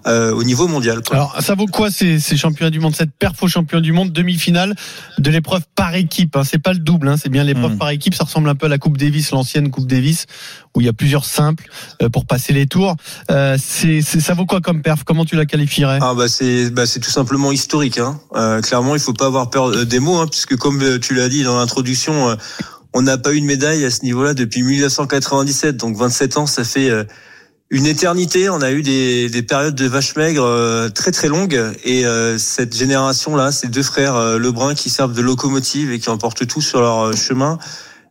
[SPEAKER 11] euh, au niveau mondial. quoi.
[SPEAKER 4] Alors, ça vaut quoi ces, ces championnats du monde Cette perf aux champions du monde, demi-finale de l'épreuve par équipe. Hein. C'est pas le double, hein. c'est bien l'épreuve
[SPEAKER 6] Mm.
[SPEAKER 4] par équipe. Ça ressemble un peu à la Coupe Davis, l'ancienne Coupe Davis, où il y a plusieurs simples euh, pour passer les tours. Euh, c'est, c'est- ça vaut quoi comme perf Comment tu la qualifierais
[SPEAKER 11] Ah bah c'est bah c'est tout simplement historique. Hein. Euh, clairement, il faut pas avoir peur euh, des mots, hein, puisque comme euh, tu l'as dit dans l'introduction, euh, on n'a pas eu de médaille à ce niveau-là depuis 1997. Donc 27 ans, ça fait euh, une éternité. On a eu des, des périodes de vaches maigres euh, très très longues. Et euh, cette génération-là, ces deux frères euh, Lebrun qui servent de locomotive et qui emportent tout sur leur euh, chemin.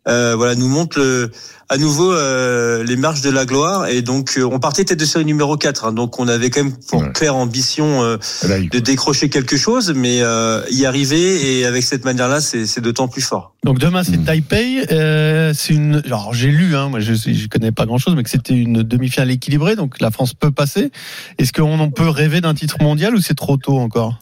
[SPEAKER 11] Euh, voilà, nous montre le- à nouveau euh, les marches de la gloire et donc euh, on partait tête de série numéro 4 hein, donc on avait quand même pour
[SPEAKER 5] Ouais.
[SPEAKER 11] claire ambition euh,
[SPEAKER 5] Elle a eu.
[SPEAKER 11] de décrocher quelque chose mais euh, y arriver et avec cette manière-là c'est c'est d'autant plus fort.
[SPEAKER 4] Donc demain c'est
[SPEAKER 3] Mm.
[SPEAKER 4] Taipei. Euh, c'est une. Alors j'ai lu, hein, moi je je connais pas grand chose, mais que c'était une demi-finale équilibrée, donc la France peut passer. Est-ce qu'on en peut rêver d'un titre mondial ou c'est trop tôt encore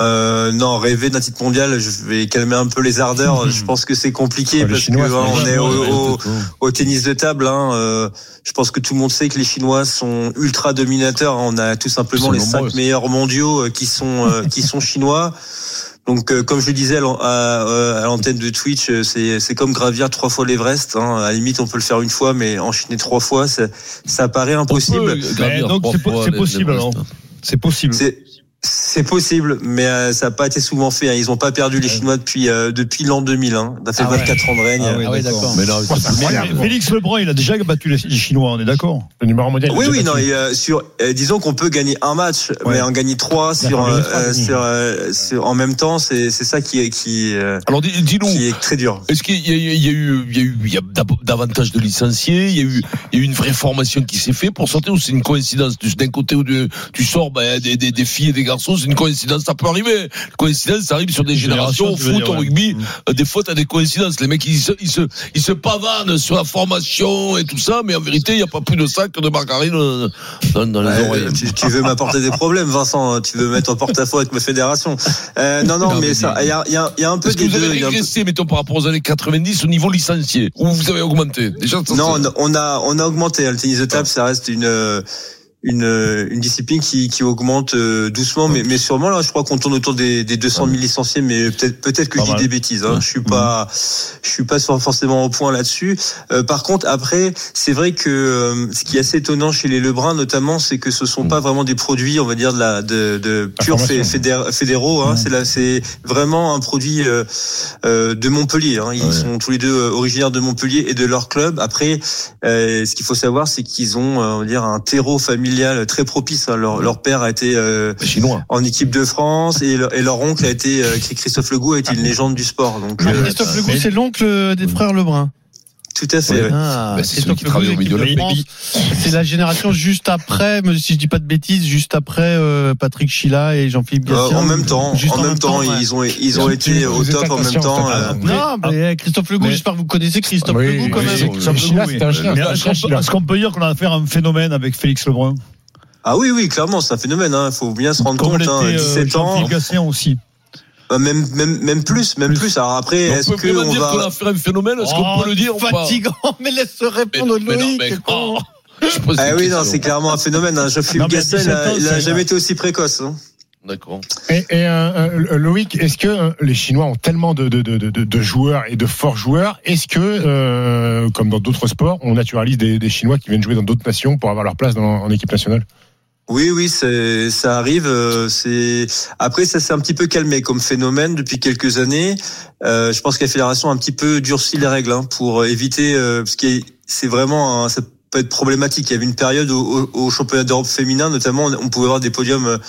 [SPEAKER 11] Euh, non, rêver d'un titre mondial, je vais calmer un peu les ardeurs. Je pense que c'est compliqué
[SPEAKER 5] Ah, les
[SPEAKER 11] parce
[SPEAKER 5] Chinois,
[SPEAKER 11] que
[SPEAKER 5] c'est
[SPEAKER 11] hein,
[SPEAKER 5] les
[SPEAKER 11] on est
[SPEAKER 5] Chinois,
[SPEAKER 11] au- au, au tennis de table. Hein, euh, je pense que tout le monde sait que les Chinois sont ultra dominateurs. hein. On a tout simplement
[SPEAKER 3] Ils sont
[SPEAKER 11] les
[SPEAKER 3] nombreux.
[SPEAKER 11] cinq meilleurs mondiaux euh, qui sont
[SPEAKER 5] [laughs]
[SPEAKER 11] euh, qui sont chinois. Donc, euh, comme je le disais à l'an- à, euh, à l'antenne de Twitch, euh, c'est c'est comme gravir trois fois l'Everest. Hein. À la limite, on peut le faire une fois, mais enchaîner trois fois, ça, ça paraît impossible.
[SPEAKER 6] Mais Euh, ben, donc, c'est po- c'est possible, alors. C'est possible.
[SPEAKER 11] C'est c'est possible, mais euh, ça n'a pas été souvent fait. hein. Ils n'ont pas perdu les Chinois depuis euh, depuis l'an 2000. Hein. Ça fait
[SPEAKER 4] Ah ouais.
[SPEAKER 11] 24 ans de règne.
[SPEAKER 6] Ah ouais, d'accord.
[SPEAKER 3] Mais là,
[SPEAKER 5] C'est
[SPEAKER 6] Mais
[SPEAKER 5] incroyable.
[SPEAKER 6] Félix Lebrun, il a déjà battu les Chinois, on est d'accord
[SPEAKER 5] Le numéro mondial. il
[SPEAKER 11] Oui,
[SPEAKER 5] a
[SPEAKER 11] oui,
[SPEAKER 5] déjà
[SPEAKER 11] non,
[SPEAKER 5] battu.
[SPEAKER 11] et, euh, sur, euh, disons qu'on peut gagner un match,
[SPEAKER 6] Ouais.
[SPEAKER 11] mais en gagner trois
[SPEAKER 5] Il a
[SPEAKER 11] sur,
[SPEAKER 5] perdu les
[SPEAKER 11] euh,
[SPEAKER 5] trois
[SPEAKER 11] euh,
[SPEAKER 5] derniers.
[SPEAKER 11] sur, euh, sur- en même temps, c'est c'est ça qui est qui, euh,
[SPEAKER 3] Alors, dis- dis-nous.
[SPEAKER 11] qui est très dur.
[SPEAKER 3] Est-ce qu'il y, a- il y a eu, il y a eu, il y a d'ab- davantage de licenciés, il y a eu, il y a eu une vraie formation qui s'est faite pour sortir ou c'est une coïncidence Tu- D'un côté ou de, tu sors ben, des, des, des filles et des garçons, c'est une coïncidence, ça peut arriver. Coïncidence, ça arrive sur des générations, au
[SPEAKER 6] Génération, tu veux
[SPEAKER 3] foot,
[SPEAKER 6] dire,
[SPEAKER 3] au
[SPEAKER 6] ouais.
[SPEAKER 3] rugby,
[SPEAKER 6] Mm.
[SPEAKER 3] euh, des fautes à des coïncidences. Les mecs, ils se, ils se, ils se pavanent sur la formation et tout ça, mais en vérité, il n'y a pas plus de ça que de margarine euh, dans, dans les
[SPEAKER 11] Ouais,
[SPEAKER 3] oreilles.
[SPEAKER 11] tu, tu veux m'apporter des problèmes, Vincent. hein. Tu veux mettre en porte-à-faux avec ma fédération. Euh, non, non,
[SPEAKER 3] Non, mais
[SPEAKER 11] mais ça, il y a, il y a- il y a un peu
[SPEAKER 3] Est-ce que
[SPEAKER 11] des
[SPEAKER 3] vous
[SPEAKER 11] deux. il
[SPEAKER 3] avez
[SPEAKER 11] y a un peu-
[SPEAKER 3] régressé, mettons, par rapport aux années 90 au niveau licencié Ou vous avez augmenté Déjà, ça,
[SPEAKER 11] Non,
[SPEAKER 3] c'est-
[SPEAKER 11] on- on a on a augmenté. hein. Le tennis de table, ça reste une euh, une, euh, une discipline qui, qui augmente euh, doucement, mais, mais sûrement là, je crois qu'on tourne autour des, des 200 000 licenciés, mais peut-être peut-être que
[SPEAKER 6] Pas
[SPEAKER 11] je dis
[SPEAKER 6] mal.
[SPEAKER 11] des bêtises. Hein. Je suis pas je suis pas sur- forcément au point là-dessus. Euh, par contre, après, c'est vrai que euh, ce qui est assez étonnant chez les Lebrun, notamment, c'est que ce sont pas vraiment des produits, on va dire de la de, de pure
[SPEAKER 5] formation.
[SPEAKER 11] fédér- fédéraux. Hein. C'est là, c'est vraiment un produit. euh, euh, de Montpellier. hein. Ils sont tous les deux euh, originaires de Montpellier et de leur club. Après, euh, ce qu'il faut savoir, c'est qu'ils ont, euh, on va dire, un terreau familial très propice. hein. Leur, leur père a été euh,
[SPEAKER 3] chinois.
[SPEAKER 11] en équipe de France et, leur- et leur oncle a été
[SPEAKER 3] Ah
[SPEAKER 11] euh, Christophe Legault a été une légende du sport. Donc, euh,
[SPEAKER 4] Christophe Legout, c'est l'oncle des frères Lebrun.
[SPEAKER 11] Tout à fait. ouais.
[SPEAKER 4] Ah,
[SPEAKER 3] Bah, c'est
[SPEAKER 4] sûr
[SPEAKER 3] celui qui
[SPEAKER 4] que vous,
[SPEAKER 3] travaille au
[SPEAKER 4] l'équipe
[SPEAKER 3] milieu de
[SPEAKER 4] de
[SPEAKER 3] la
[SPEAKER 4] France, C'est la génération juste après, mais si je dis pas de bêtises, juste après euh, Patrick Schilla et Jean-Philippe
[SPEAKER 11] Euh,
[SPEAKER 4] Gatien.
[SPEAKER 11] en même temps,
[SPEAKER 4] Juste
[SPEAKER 11] en, même temps, ils ont ils ont
[SPEAKER 5] Vous
[SPEAKER 11] été
[SPEAKER 5] êtes-
[SPEAKER 11] au
[SPEAKER 5] vous êtes
[SPEAKER 11] top
[SPEAKER 5] pas
[SPEAKER 11] en même
[SPEAKER 5] patient,
[SPEAKER 11] temps.
[SPEAKER 5] en fait,
[SPEAKER 11] euh,
[SPEAKER 5] Alain.
[SPEAKER 4] Non, mais euh, Christophe Legout,
[SPEAKER 6] Mais-
[SPEAKER 4] j'espère que vous connaissez Christophe
[SPEAKER 5] Oui,
[SPEAKER 4] Legout quand
[SPEAKER 5] oui,
[SPEAKER 4] même.
[SPEAKER 5] oui. Christophe
[SPEAKER 6] Chila,
[SPEAKER 5] Legout,
[SPEAKER 6] c'est un
[SPEAKER 5] oui.
[SPEAKER 6] chien.
[SPEAKER 5] Mais
[SPEAKER 6] Est-ce
[SPEAKER 5] un
[SPEAKER 6] qu'on peut-
[SPEAKER 5] chien.
[SPEAKER 6] est-ce qu'on peut dire qu'on a affaire à un phénomène avec Félix Lebrun
[SPEAKER 11] Ah oui, oui, clairement, c'est un phénomène. Il faut bien se rendre
[SPEAKER 6] Comme
[SPEAKER 11] compte.
[SPEAKER 6] l'était
[SPEAKER 11] Hein,
[SPEAKER 6] euh,
[SPEAKER 11] 17 ans,
[SPEAKER 6] Jean-Philippe Gatien aussi.
[SPEAKER 11] euh, même, même, même plus, même plus. Alors après,
[SPEAKER 3] Mais
[SPEAKER 11] est-ce
[SPEAKER 3] on peut
[SPEAKER 11] que
[SPEAKER 3] vraiment
[SPEAKER 11] on
[SPEAKER 3] dire qu'on a
[SPEAKER 11] va
[SPEAKER 3] fait un phénomène Est-ce qu'on
[SPEAKER 4] Oh,
[SPEAKER 3] peut le dire ou pas
[SPEAKER 4] Fatigant, mais laisse
[SPEAKER 3] Mais-
[SPEAKER 4] répondre
[SPEAKER 3] mais non,
[SPEAKER 4] Loïc.
[SPEAKER 3] mais-
[SPEAKER 4] con.
[SPEAKER 3] Je pose
[SPEAKER 11] Ah
[SPEAKER 3] des
[SPEAKER 11] oui, non,
[SPEAKER 3] questions.
[SPEAKER 11] c'est clairement un phénomène. Hein.
[SPEAKER 6] Non,
[SPEAKER 11] Jean-Philippe
[SPEAKER 6] mais à
[SPEAKER 11] Gasset,
[SPEAKER 6] 17 ans,
[SPEAKER 11] il
[SPEAKER 6] c'est-
[SPEAKER 11] n'a jamais été aussi précoce. hein.
[SPEAKER 3] D'accord.
[SPEAKER 5] Et, et, euh, euh, Loïc, est-ce que euh, les Chinois ont tellement de, de, de, de- de joueurs et de forts joueurs Est-ce que, euh, comme dans d'autres sports, on naturalise des, des Chinois qui viennent jouer dans d'autres nations pour avoir leur place dans, en équipe nationale
[SPEAKER 11] Oui, oui, c'est- ça arrive. euh, C'est après, ça s'est un petit peu calmé comme phénomène depuis quelques années. Euh, je pense que la fédération a un petit peu durci les règles hein, pour éviter euh, parce que c'est vraiment un- ça peut être problématique. Il y avait une période au, au- au championnat d'Europe féminin, notamment, on, on pouvait avoir des podiums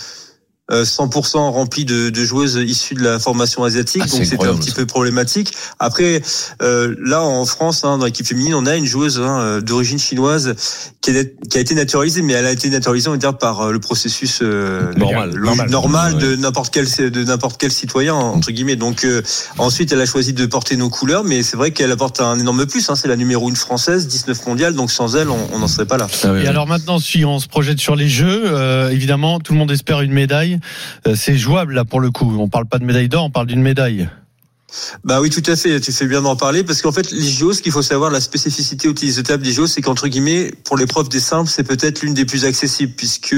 [SPEAKER 11] euh, 100% remplis de, de joueuses issues de la formation asiatique,
[SPEAKER 3] Ah, c'est
[SPEAKER 11] donc c'était un
[SPEAKER 3] incroyable,
[SPEAKER 11] petit
[SPEAKER 3] ça.
[SPEAKER 11] peu problématique. Après, euh, là en France, hein, dans l'équipe féminine, on a une joueuse hein, euh, d'origine chinoise qui a, qui a été naturalisée, mais elle a été naturalisée, on va dire, par euh, le processus euh,
[SPEAKER 3] Normal,
[SPEAKER 11] le-
[SPEAKER 3] normal.
[SPEAKER 11] normal de
[SPEAKER 3] Ouais.
[SPEAKER 11] n'importe quel de n'importe quel citoyen entre guillemets. Donc euh, ensuite, elle a choisi de porter nos couleurs, mais c'est vrai qu'elle apporte un énorme plus. Hein, c'est la numéro une française, 19 mondiale, donc sans elle, on on n'en serait pas là.
[SPEAKER 4] Et alors maintenant, si on se projette sur les Jeux, euh, évidemment, tout le monde espère une médaille. Euh, c'est jouable là pour le coup. On parle pas de médaille d'or, on parle d'une médaille.
[SPEAKER 11] Bah oui, tout à fait. Tu fais bien d'en parler parce qu'en fait, les JO, ce qu'il faut savoir, la spécificité utilisable des JO, c'est qu'entre guillemets, pour l'épreuve des simples, c'est peut-être l'une des plus accessibles puisque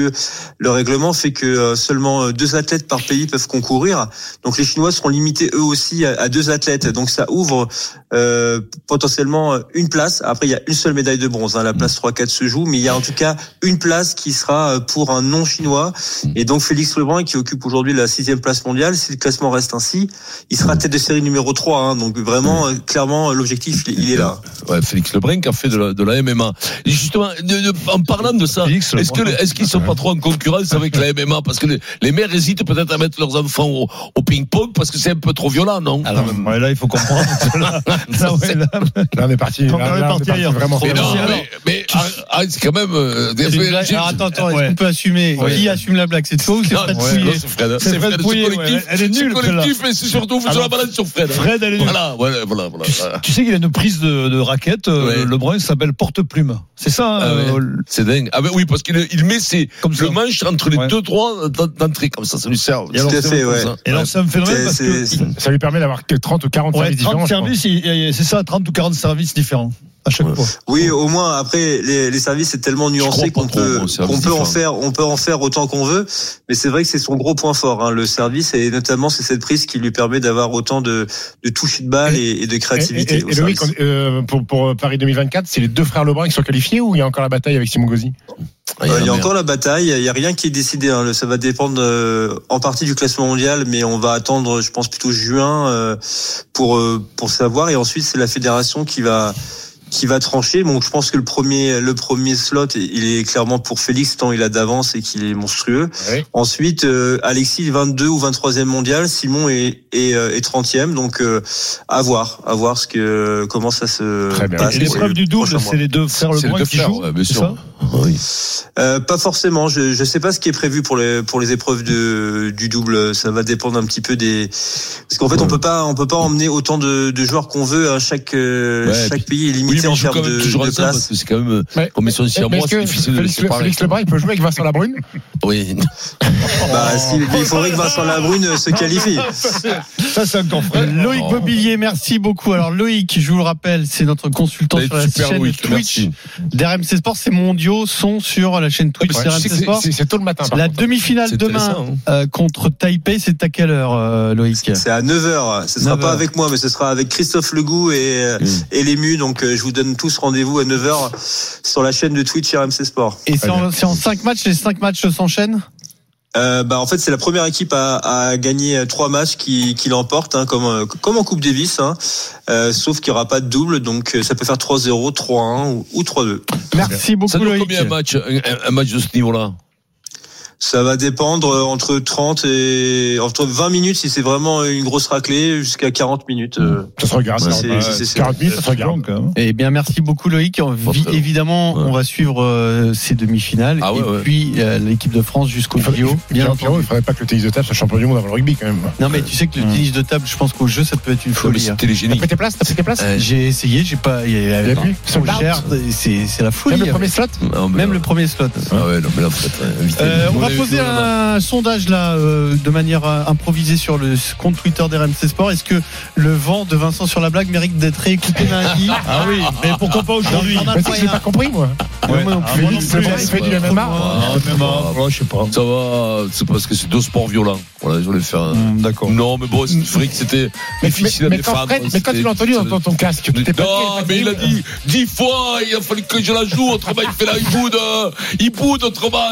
[SPEAKER 11] le règlement fait que euh, seulement euh, deux athlètes par pays peuvent concourir. Donc les Chinois seront limités eux aussi à, à deux athlètes. Donc ça ouvre euh, potentiellement euh, une place. Après, il y a une seule médaille de bronze. hein. La place 3-4 se joue, mais il y a en tout cas une place qui sera euh, pour un non-chinois. Et donc Félix Lebrun, qui occupe aujourd'hui la sixième place mondiale, si le classement reste ainsi, il sera tête de série numéro 3. hein. donc vraiment, euh, clairement, l'objectif, il il est là.
[SPEAKER 3] Ouais, Félix Lebrun qui a fait de la, de la MMA. Et justement, de- de- en parlant de ça,
[SPEAKER 6] Félix
[SPEAKER 3] est-ce que
[SPEAKER 6] Lebrun.
[SPEAKER 3] le- est-ce qu'ils sont pas trop en concurrence avec la MMA Parce que les, les mères hésitent peut-être à mettre leurs enfants au, au ping-pong parce que c'est un peu trop violent, non
[SPEAKER 6] [laughs] Ouais, là, il faut comprendre.
[SPEAKER 3] [laughs]
[SPEAKER 6] Là, là, ouais, là,
[SPEAKER 5] Là, on est parti.
[SPEAKER 6] Quand
[SPEAKER 5] là,
[SPEAKER 6] on est
[SPEAKER 5] là,
[SPEAKER 6] parti ailleurs.
[SPEAKER 5] vraiment.
[SPEAKER 3] Mais non,
[SPEAKER 6] c'est
[SPEAKER 3] mais,
[SPEAKER 6] alors-
[SPEAKER 3] mais, ah, ah, c'est quand même. euh,
[SPEAKER 4] C'est une
[SPEAKER 3] j'ai-
[SPEAKER 4] blague.
[SPEAKER 3] j'ai-
[SPEAKER 4] Alors attends, attends,
[SPEAKER 6] Ouais.
[SPEAKER 4] est-ce qu'on peut assumer
[SPEAKER 6] Ouais.
[SPEAKER 4] Qui assume la blague C'est toi ou c'est
[SPEAKER 3] Non,
[SPEAKER 4] Fred
[SPEAKER 3] non,
[SPEAKER 4] Pouillet
[SPEAKER 3] c'est Fred.
[SPEAKER 6] C'est Fred Pouillet,
[SPEAKER 3] collectif.
[SPEAKER 6] ouais. Elle est nulle,
[SPEAKER 3] C'est collectif, mais c'est surtout vous sur la
[SPEAKER 6] Alors,
[SPEAKER 3] balade sur Fred.
[SPEAKER 6] Fred, elle est nulle.
[SPEAKER 3] Voilà, voilà, voilà. voilà.
[SPEAKER 6] Tu, tu sais qu'il a une prise de, de raquette. euh,
[SPEAKER 3] Ouais.
[SPEAKER 6] le- Lebrun il s'appelle porte-plume. C'est ça.
[SPEAKER 3] Ah
[SPEAKER 6] euh,
[SPEAKER 3] ouais.
[SPEAKER 6] le-
[SPEAKER 3] C'est dingue. Ah ben oui, parce qu'il il met ses,
[SPEAKER 6] Comme ça.
[SPEAKER 3] le manche entre les
[SPEAKER 6] Ouais.
[SPEAKER 3] deux droits d'en- d'entrée comme ça, ça lui sert.
[SPEAKER 6] Et alors,
[SPEAKER 11] Tout à
[SPEAKER 6] c'est-
[SPEAKER 11] fait, ouais.
[SPEAKER 3] Ça.
[SPEAKER 6] Et alors, c'est un phénomène
[SPEAKER 11] C'est-
[SPEAKER 6] parce que.
[SPEAKER 11] c'est-
[SPEAKER 5] Ça lui permet d'avoir que 30 ou 40
[SPEAKER 6] Ouais,
[SPEAKER 5] services
[SPEAKER 6] 30
[SPEAKER 5] différents. je crois.
[SPEAKER 6] services, il- il- c'est ça, 30 ou 40 services différents à chaque fois.
[SPEAKER 11] Oui, au moins après les, les services c'est tellement
[SPEAKER 3] Je
[SPEAKER 11] nuancé
[SPEAKER 3] crois
[SPEAKER 11] qu'on
[SPEAKER 3] pas trop
[SPEAKER 11] peut
[SPEAKER 3] aux services
[SPEAKER 11] qu'on peut en
[SPEAKER 3] différents.
[SPEAKER 11] faire on peut en faire autant qu'on veut, mais c'est vrai que c'est son gros point fort hein, le service et notamment c'est cette prise qui lui permet d'avoir autant de de touches de balle et, et de créativité.
[SPEAKER 5] Et, et-
[SPEAKER 11] Ah, au
[SPEAKER 5] et Loïc,
[SPEAKER 11] service.
[SPEAKER 5] on- euh, pour, pour Paris 2024, c'est les deux frères Lebrun qui sont qualifiés ou il y a encore la bataille avec Simon Gauzy
[SPEAKER 3] Ah,
[SPEAKER 11] Euh, Il y a
[SPEAKER 3] merde.
[SPEAKER 11] encore la bataille, il y a rien qui est décidé. hein. Le- Ça va dépendre euh, en partie du classement mondial, mais on va attendre, je pense plutôt juin euh, pour euh, pour savoir. Et ensuite, c'est la fédération qui va qui va trancher. Bon, je pense que le premier le premier slot, il est clairement pour Félix tant il a d'avance et qu'il est monstrueux.
[SPEAKER 5] Ouais.
[SPEAKER 11] Ensuite, euh, Alexis 22 ou 23e mondial, Simon est est, euh, est 30e. Donc euh, à voir, à voir ce que comment ça se
[SPEAKER 5] Très bien.
[SPEAKER 11] passe
[SPEAKER 6] Et
[SPEAKER 11] pour
[SPEAKER 6] l'épreuve
[SPEAKER 11] les
[SPEAKER 6] du
[SPEAKER 11] prochains
[SPEAKER 6] double,
[SPEAKER 11] mois.
[SPEAKER 6] c'est les deux frères
[SPEAKER 3] C'est les
[SPEAKER 6] Lebrun
[SPEAKER 3] deux
[SPEAKER 6] qui
[SPEAKER 3] frères,
[SPEAKER 6] jouent.
[SPEAKER 3] ouais, bien
[SPEAKER 6] c'est
[SPEAKER 3] sûr.
[SPEAKER 6] ça
[SPEAKER 3] Oui.
[SPEAKER 11] Euh, pas forcément. Je je sais pas ce qui est prévu pour les pour les épreuves de du double. Ça va dépendre un petit peu des parce qu'en fait on peut pas on peut pas emmener autant de, de joueurs qu'on veut. hein. Chaque euh,
[SPEAKER 3] Ouais,
[SPEAKER 11] chaque pays est
[SPEAKER 3] Oui,
[SPEAKER 11] limité
[SPEAKER 3] mais
[SPEAKER 11] en
[SPEAKER 3] ils jouent
[SPEAKER 11] termes
[SPEAKER 3] quand même
[SPEAKER 11] de,
[SPEAKER 3] toujours
[SPEAKER 11] de
[SPEAKER 3] ensemble parce
[SPEAKER 11] place.
[SPEAKER 3] que c'est quand même.
[SPEAKER 5] Ouais.
[SPEAKER 3] Comme ils sont ici à moi,
[SPEAKER 5] Mais est-ce
[SPEAKER 3] c'est
[SPEAKER 5] que
[SPEAKER 3] difficile de les
[SPEAKER 5] Félix,
[SPEAKER 3] séparer.
[SPEAKER 5] Félix Lebrun, il peut jouer avec Vincent Labrune
[SPEAKER 3] Oui.
[SPEAKER 11] Bah, si- mais il faudrait que Vincent Labrune se qualifie.
[SPEAKER 3] [laughs]
[SPEAKER 6] Ça, c'est encore frère.
[SPEAKER 4] Loïc
[SPEAKER 3] Oh.
[SPEAKER 4] Mobilier, merci beaucoup. Alors Loïc, je vous le rappelle, c'est notre consultant
[SPEAKER 3] Vous
[SPEAKER 4] sur
[SPEAKER 3] êtes
[SPEAKER 4] la
[SPEAKER 3] super,
[SPEAKER 4] chaîne
[SPEAKER 3] Loïc,
[SPEAKER 4] Twitch
[SPEAKER 3] merci.
[SPEAKER 4] d'RMC Sport. Ces mondiaux sont sur la chaîne Twitch
[SPEAKER 3] Ah, bah,
[SPEAKER 5] Ouais,
[SPEAKER 4] d'RMC
[SPEAKER 5] je sais que c'est-
[SPEAKER 4] Sport.
[SPEAKER 5] c'est- C'est tôt le matin. par
[SPEAKER 4] La
[SPEAKER 5] contre.
[SPEAKER 4] demi-finale
[SPEAKER 3] C'est
[SPEAKER 4] demain
[SPEAKER 3] intéressant, hein.
[SPEAKER 4] euh, contre Taipei, c'est à quelle heure, euh, Loïc
[SPEAKER 11] C'est à 9h. Ce sera
[SPEAKER 4] 9
[SPEAKER 11] pas
[SPEAKER 4] heures.
[SPEAKER 11] avec moi, mais ce sera avec Christophe Legout et,
[SPEAKER 3] Mm.
[SPEAKER 11] euh, et l'ému. Donc euh, je vous donne tous rendez-vous à 9h sur la chaîne de Twitch RMC Sport.
[SPEAKER 4] Et c'est en, c'est en cinq matchs, les cinq matchs s'enchaînent
[SPEAKER 11] Euh, bah, en fait, c'est la première équipe à, à gagner euh, trois matchs qui, qui l'emporte, hein, comme, euh, comme en Coupe Davis, hein. Euh, sauf qu'il n'y aura pas de double, donc euh, ça peut faire 3-0, 3-1 ou, ou 3-2.
[SPEAKER 4] Merci beaucoup
[SPEAKER 3] Ça dure
[SPEAKER 4] Loïc.
[SPEAKER 3] combien un match, un, un- un match de ce niveau-là
[SPEAKER 11] Ça va dépendre euh, entre 30 et entre 20 minutes si c'est vraiment une grosse raclée jusqu'à 40 minutes. euh.
[SPEAKER 5] Ça se regarde,
[SPEAKER 11] Ouais,
[SPEAKER 5] ça.
[SPEAKER 11] c'est- c'est- c'est-
[SPEAKER 5] 40 000, ça se regarde.
[SPEAKER 4] Eh bien, merci beaucoup Loïc. On vit-
[SPEAKER 3] très long.
[SPEAKER 4] évidemment, on va suivre euh, ces demi-finales
[SPEAKER 3] Ah ouais,
[SPEAKER 4] et
[SPEAKER 3] ouais.
[SPEAKER 4] puis euh, l'équipe de France jusqu'au
[SPEAKER 5] Il faudrait-
[SPEAKER 4] JO. Bien
[SPEAKER 5] Pierrot, Pierrot,
[SPEAKER 4] entendu.
[SPEAKER 5] il faudrait pas que le tennis de table soit champion du monde avant le rugby, quand même.
[SPEAKER 4] Non mais tu sais que le
[SPEAKER 5] Ouais.
[SPEAKER 4] tennis de table, je pense qu'au jeu ça peut être une
[SPEAKER 3] Non, mais
[SPEAKER 4] folie. hein.
[SPEAKER 3] C'était les
[SPEAKER 5] T'as
[SPEAKER 3] génies.
[SPEAKER 5] pris tes places T'as pris tes places
[SPEAKER 3] Ouais.
[SPEAKER 4] J'ai essayé, j'ai pas. Il y a,
[SPEAKER 5] Il y a plus.
[SPEAKER 4] on gère, c'est c'est la folie. hein.
[SPEAKER 5] Même le premier slot
[SPEAKER 3] Non, mais
[SPEAKER 4] Même
[SPEAKER 3] là-
[SPEAKER 4] le premier slot.
[SPEAKER 3] Ah ouais, non, mais là, vous êtes, euh, vite.
[SPEAKER 4] Euh, on
[SPEAKER 3] Vous
[SPEAKER 4] va
[SPEAKER 3] l'avez vu,
[SPEAKER 4] poser
[SPEAKER 3] là,
[SPEAKER 4] un sondage là euh, de manière euh, improvisée sur le compte Twitter d'RMC Sport. Est-ce que le vent de Vincent sur la blague mérite d'être réécouté lundi Ah oui, mais pourquoi pas aujourd'hui
[SPEAKER 5] Mais ça, je l'ai pas compris, moi.
[SPEAKER 10] Ouais.
[SPEAKER 5] Moi non plus.
[SPEAKER 10] Ah, moi non
[SPEAKER 5] Le
[SPEAKER 10] plus.
[SPEAKER 5] bras, il se fait du
[SPEAKER 3] Ouais.
[SPEAKER 5] MMA.
[SPEAKER 3] Ah,
[SPEAKER 10] même
[SPEAKER 3] bah,
[SPEAKER 10] je sais pas.
[SPEAKER 3] Ça va, c'est parce que c'est deux sports violents. Voilà, je voulais faire un.
[SPEAKER 10] Hum, D'accord.
[SPEAKER 3] Non, mais bon, c'est vrai que c'était
[SPEAKER 5] Hmm, Mais,
[SPEAKER 3] difficile à
[SPEAKER 5] mais quand,
[SPEAKER 3] défendre.
[SPEAKER 5] Fred, mais quand
[SPEAKER 3] c'était-
[SPEAKER 5] tu l'as entendu dans, dans ton casque, tu t'es pas
[SPEAKER 3] non, mais il a dit dix fois, il a fallu que je la joue, autrement il fait la il boude, euh, il boude autrement.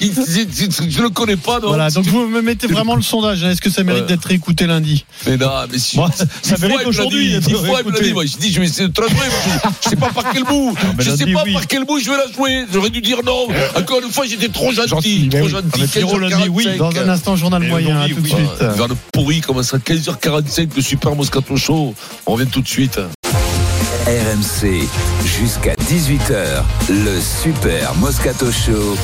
[SPEAKER 3] Il- il- il- je le connais pas, non
[SPEAKER 4] Voilà, donc vous me mettez vraiment le sondage. hein. Est-ce que ça mérite
[SPEAKER 3] Ouais.
[SPEAKER 4] d'être réécouté lundi
[SPEAKER 3] Mais non, mais si.
[SPEAKER 10] Moi, ça-
[SPEAKER 3] dix
[SPEAKER 10] ça
[SPEAKER 3] fois,
[SPEAKER 10] mérite
[SPEAKER 3] il me l'a
[SPEAKER 10] aujourd'hui
[SPEAKER 3] dit,
[SPEAKER 10] d'être
[SPEAKER 3] Dix fois, il me l'a
[SPEAKER 10] réécouté.
[SPEAKER 3] dit. Moi, je dis, je vais essayer de traduire. mais Je, je sais pas par quel bout.
[SPEAKER 10] mais
[SPEAKER 3] je
[SPEAKER 10] l'a
[SPEAKER 3] sais
[SPEAKER 10] dit,
[SPEAKER 3] pas
[SPEAKER 10] oui.
[SPEAKER 3] par quel bout je vais la jouer. J'aurais dû dire non. Encore une fois, j'étais trop gentil.
[SPEAKER 5] Gentil, mais
[SPEAKER 3] trop
[SPEAKER 5] oui.
[SPEAKER 3] gentil.
[SPEAKER 10] Ah, mais Pierrot l'a dit, oui.
[SPEAKER 3] 15h45.
[SPEAKER 4] Dans un instant, journal
[SPEAKER 10] Et
[SPEAKER 4] moyen, à
[SPEAKER 10] aujourd'hui,
[SPEAKER 4] tout de
[SPEAKER 10] oui.
[SPEAKER 4] suite.
[SPEAKER 3] Ah, vers le pourri, commence à 15h45, le super Moscato Show. On revient tout de suite.
[SPEAKER 12] RMC jusqu'à 18h, le super Moscato Show.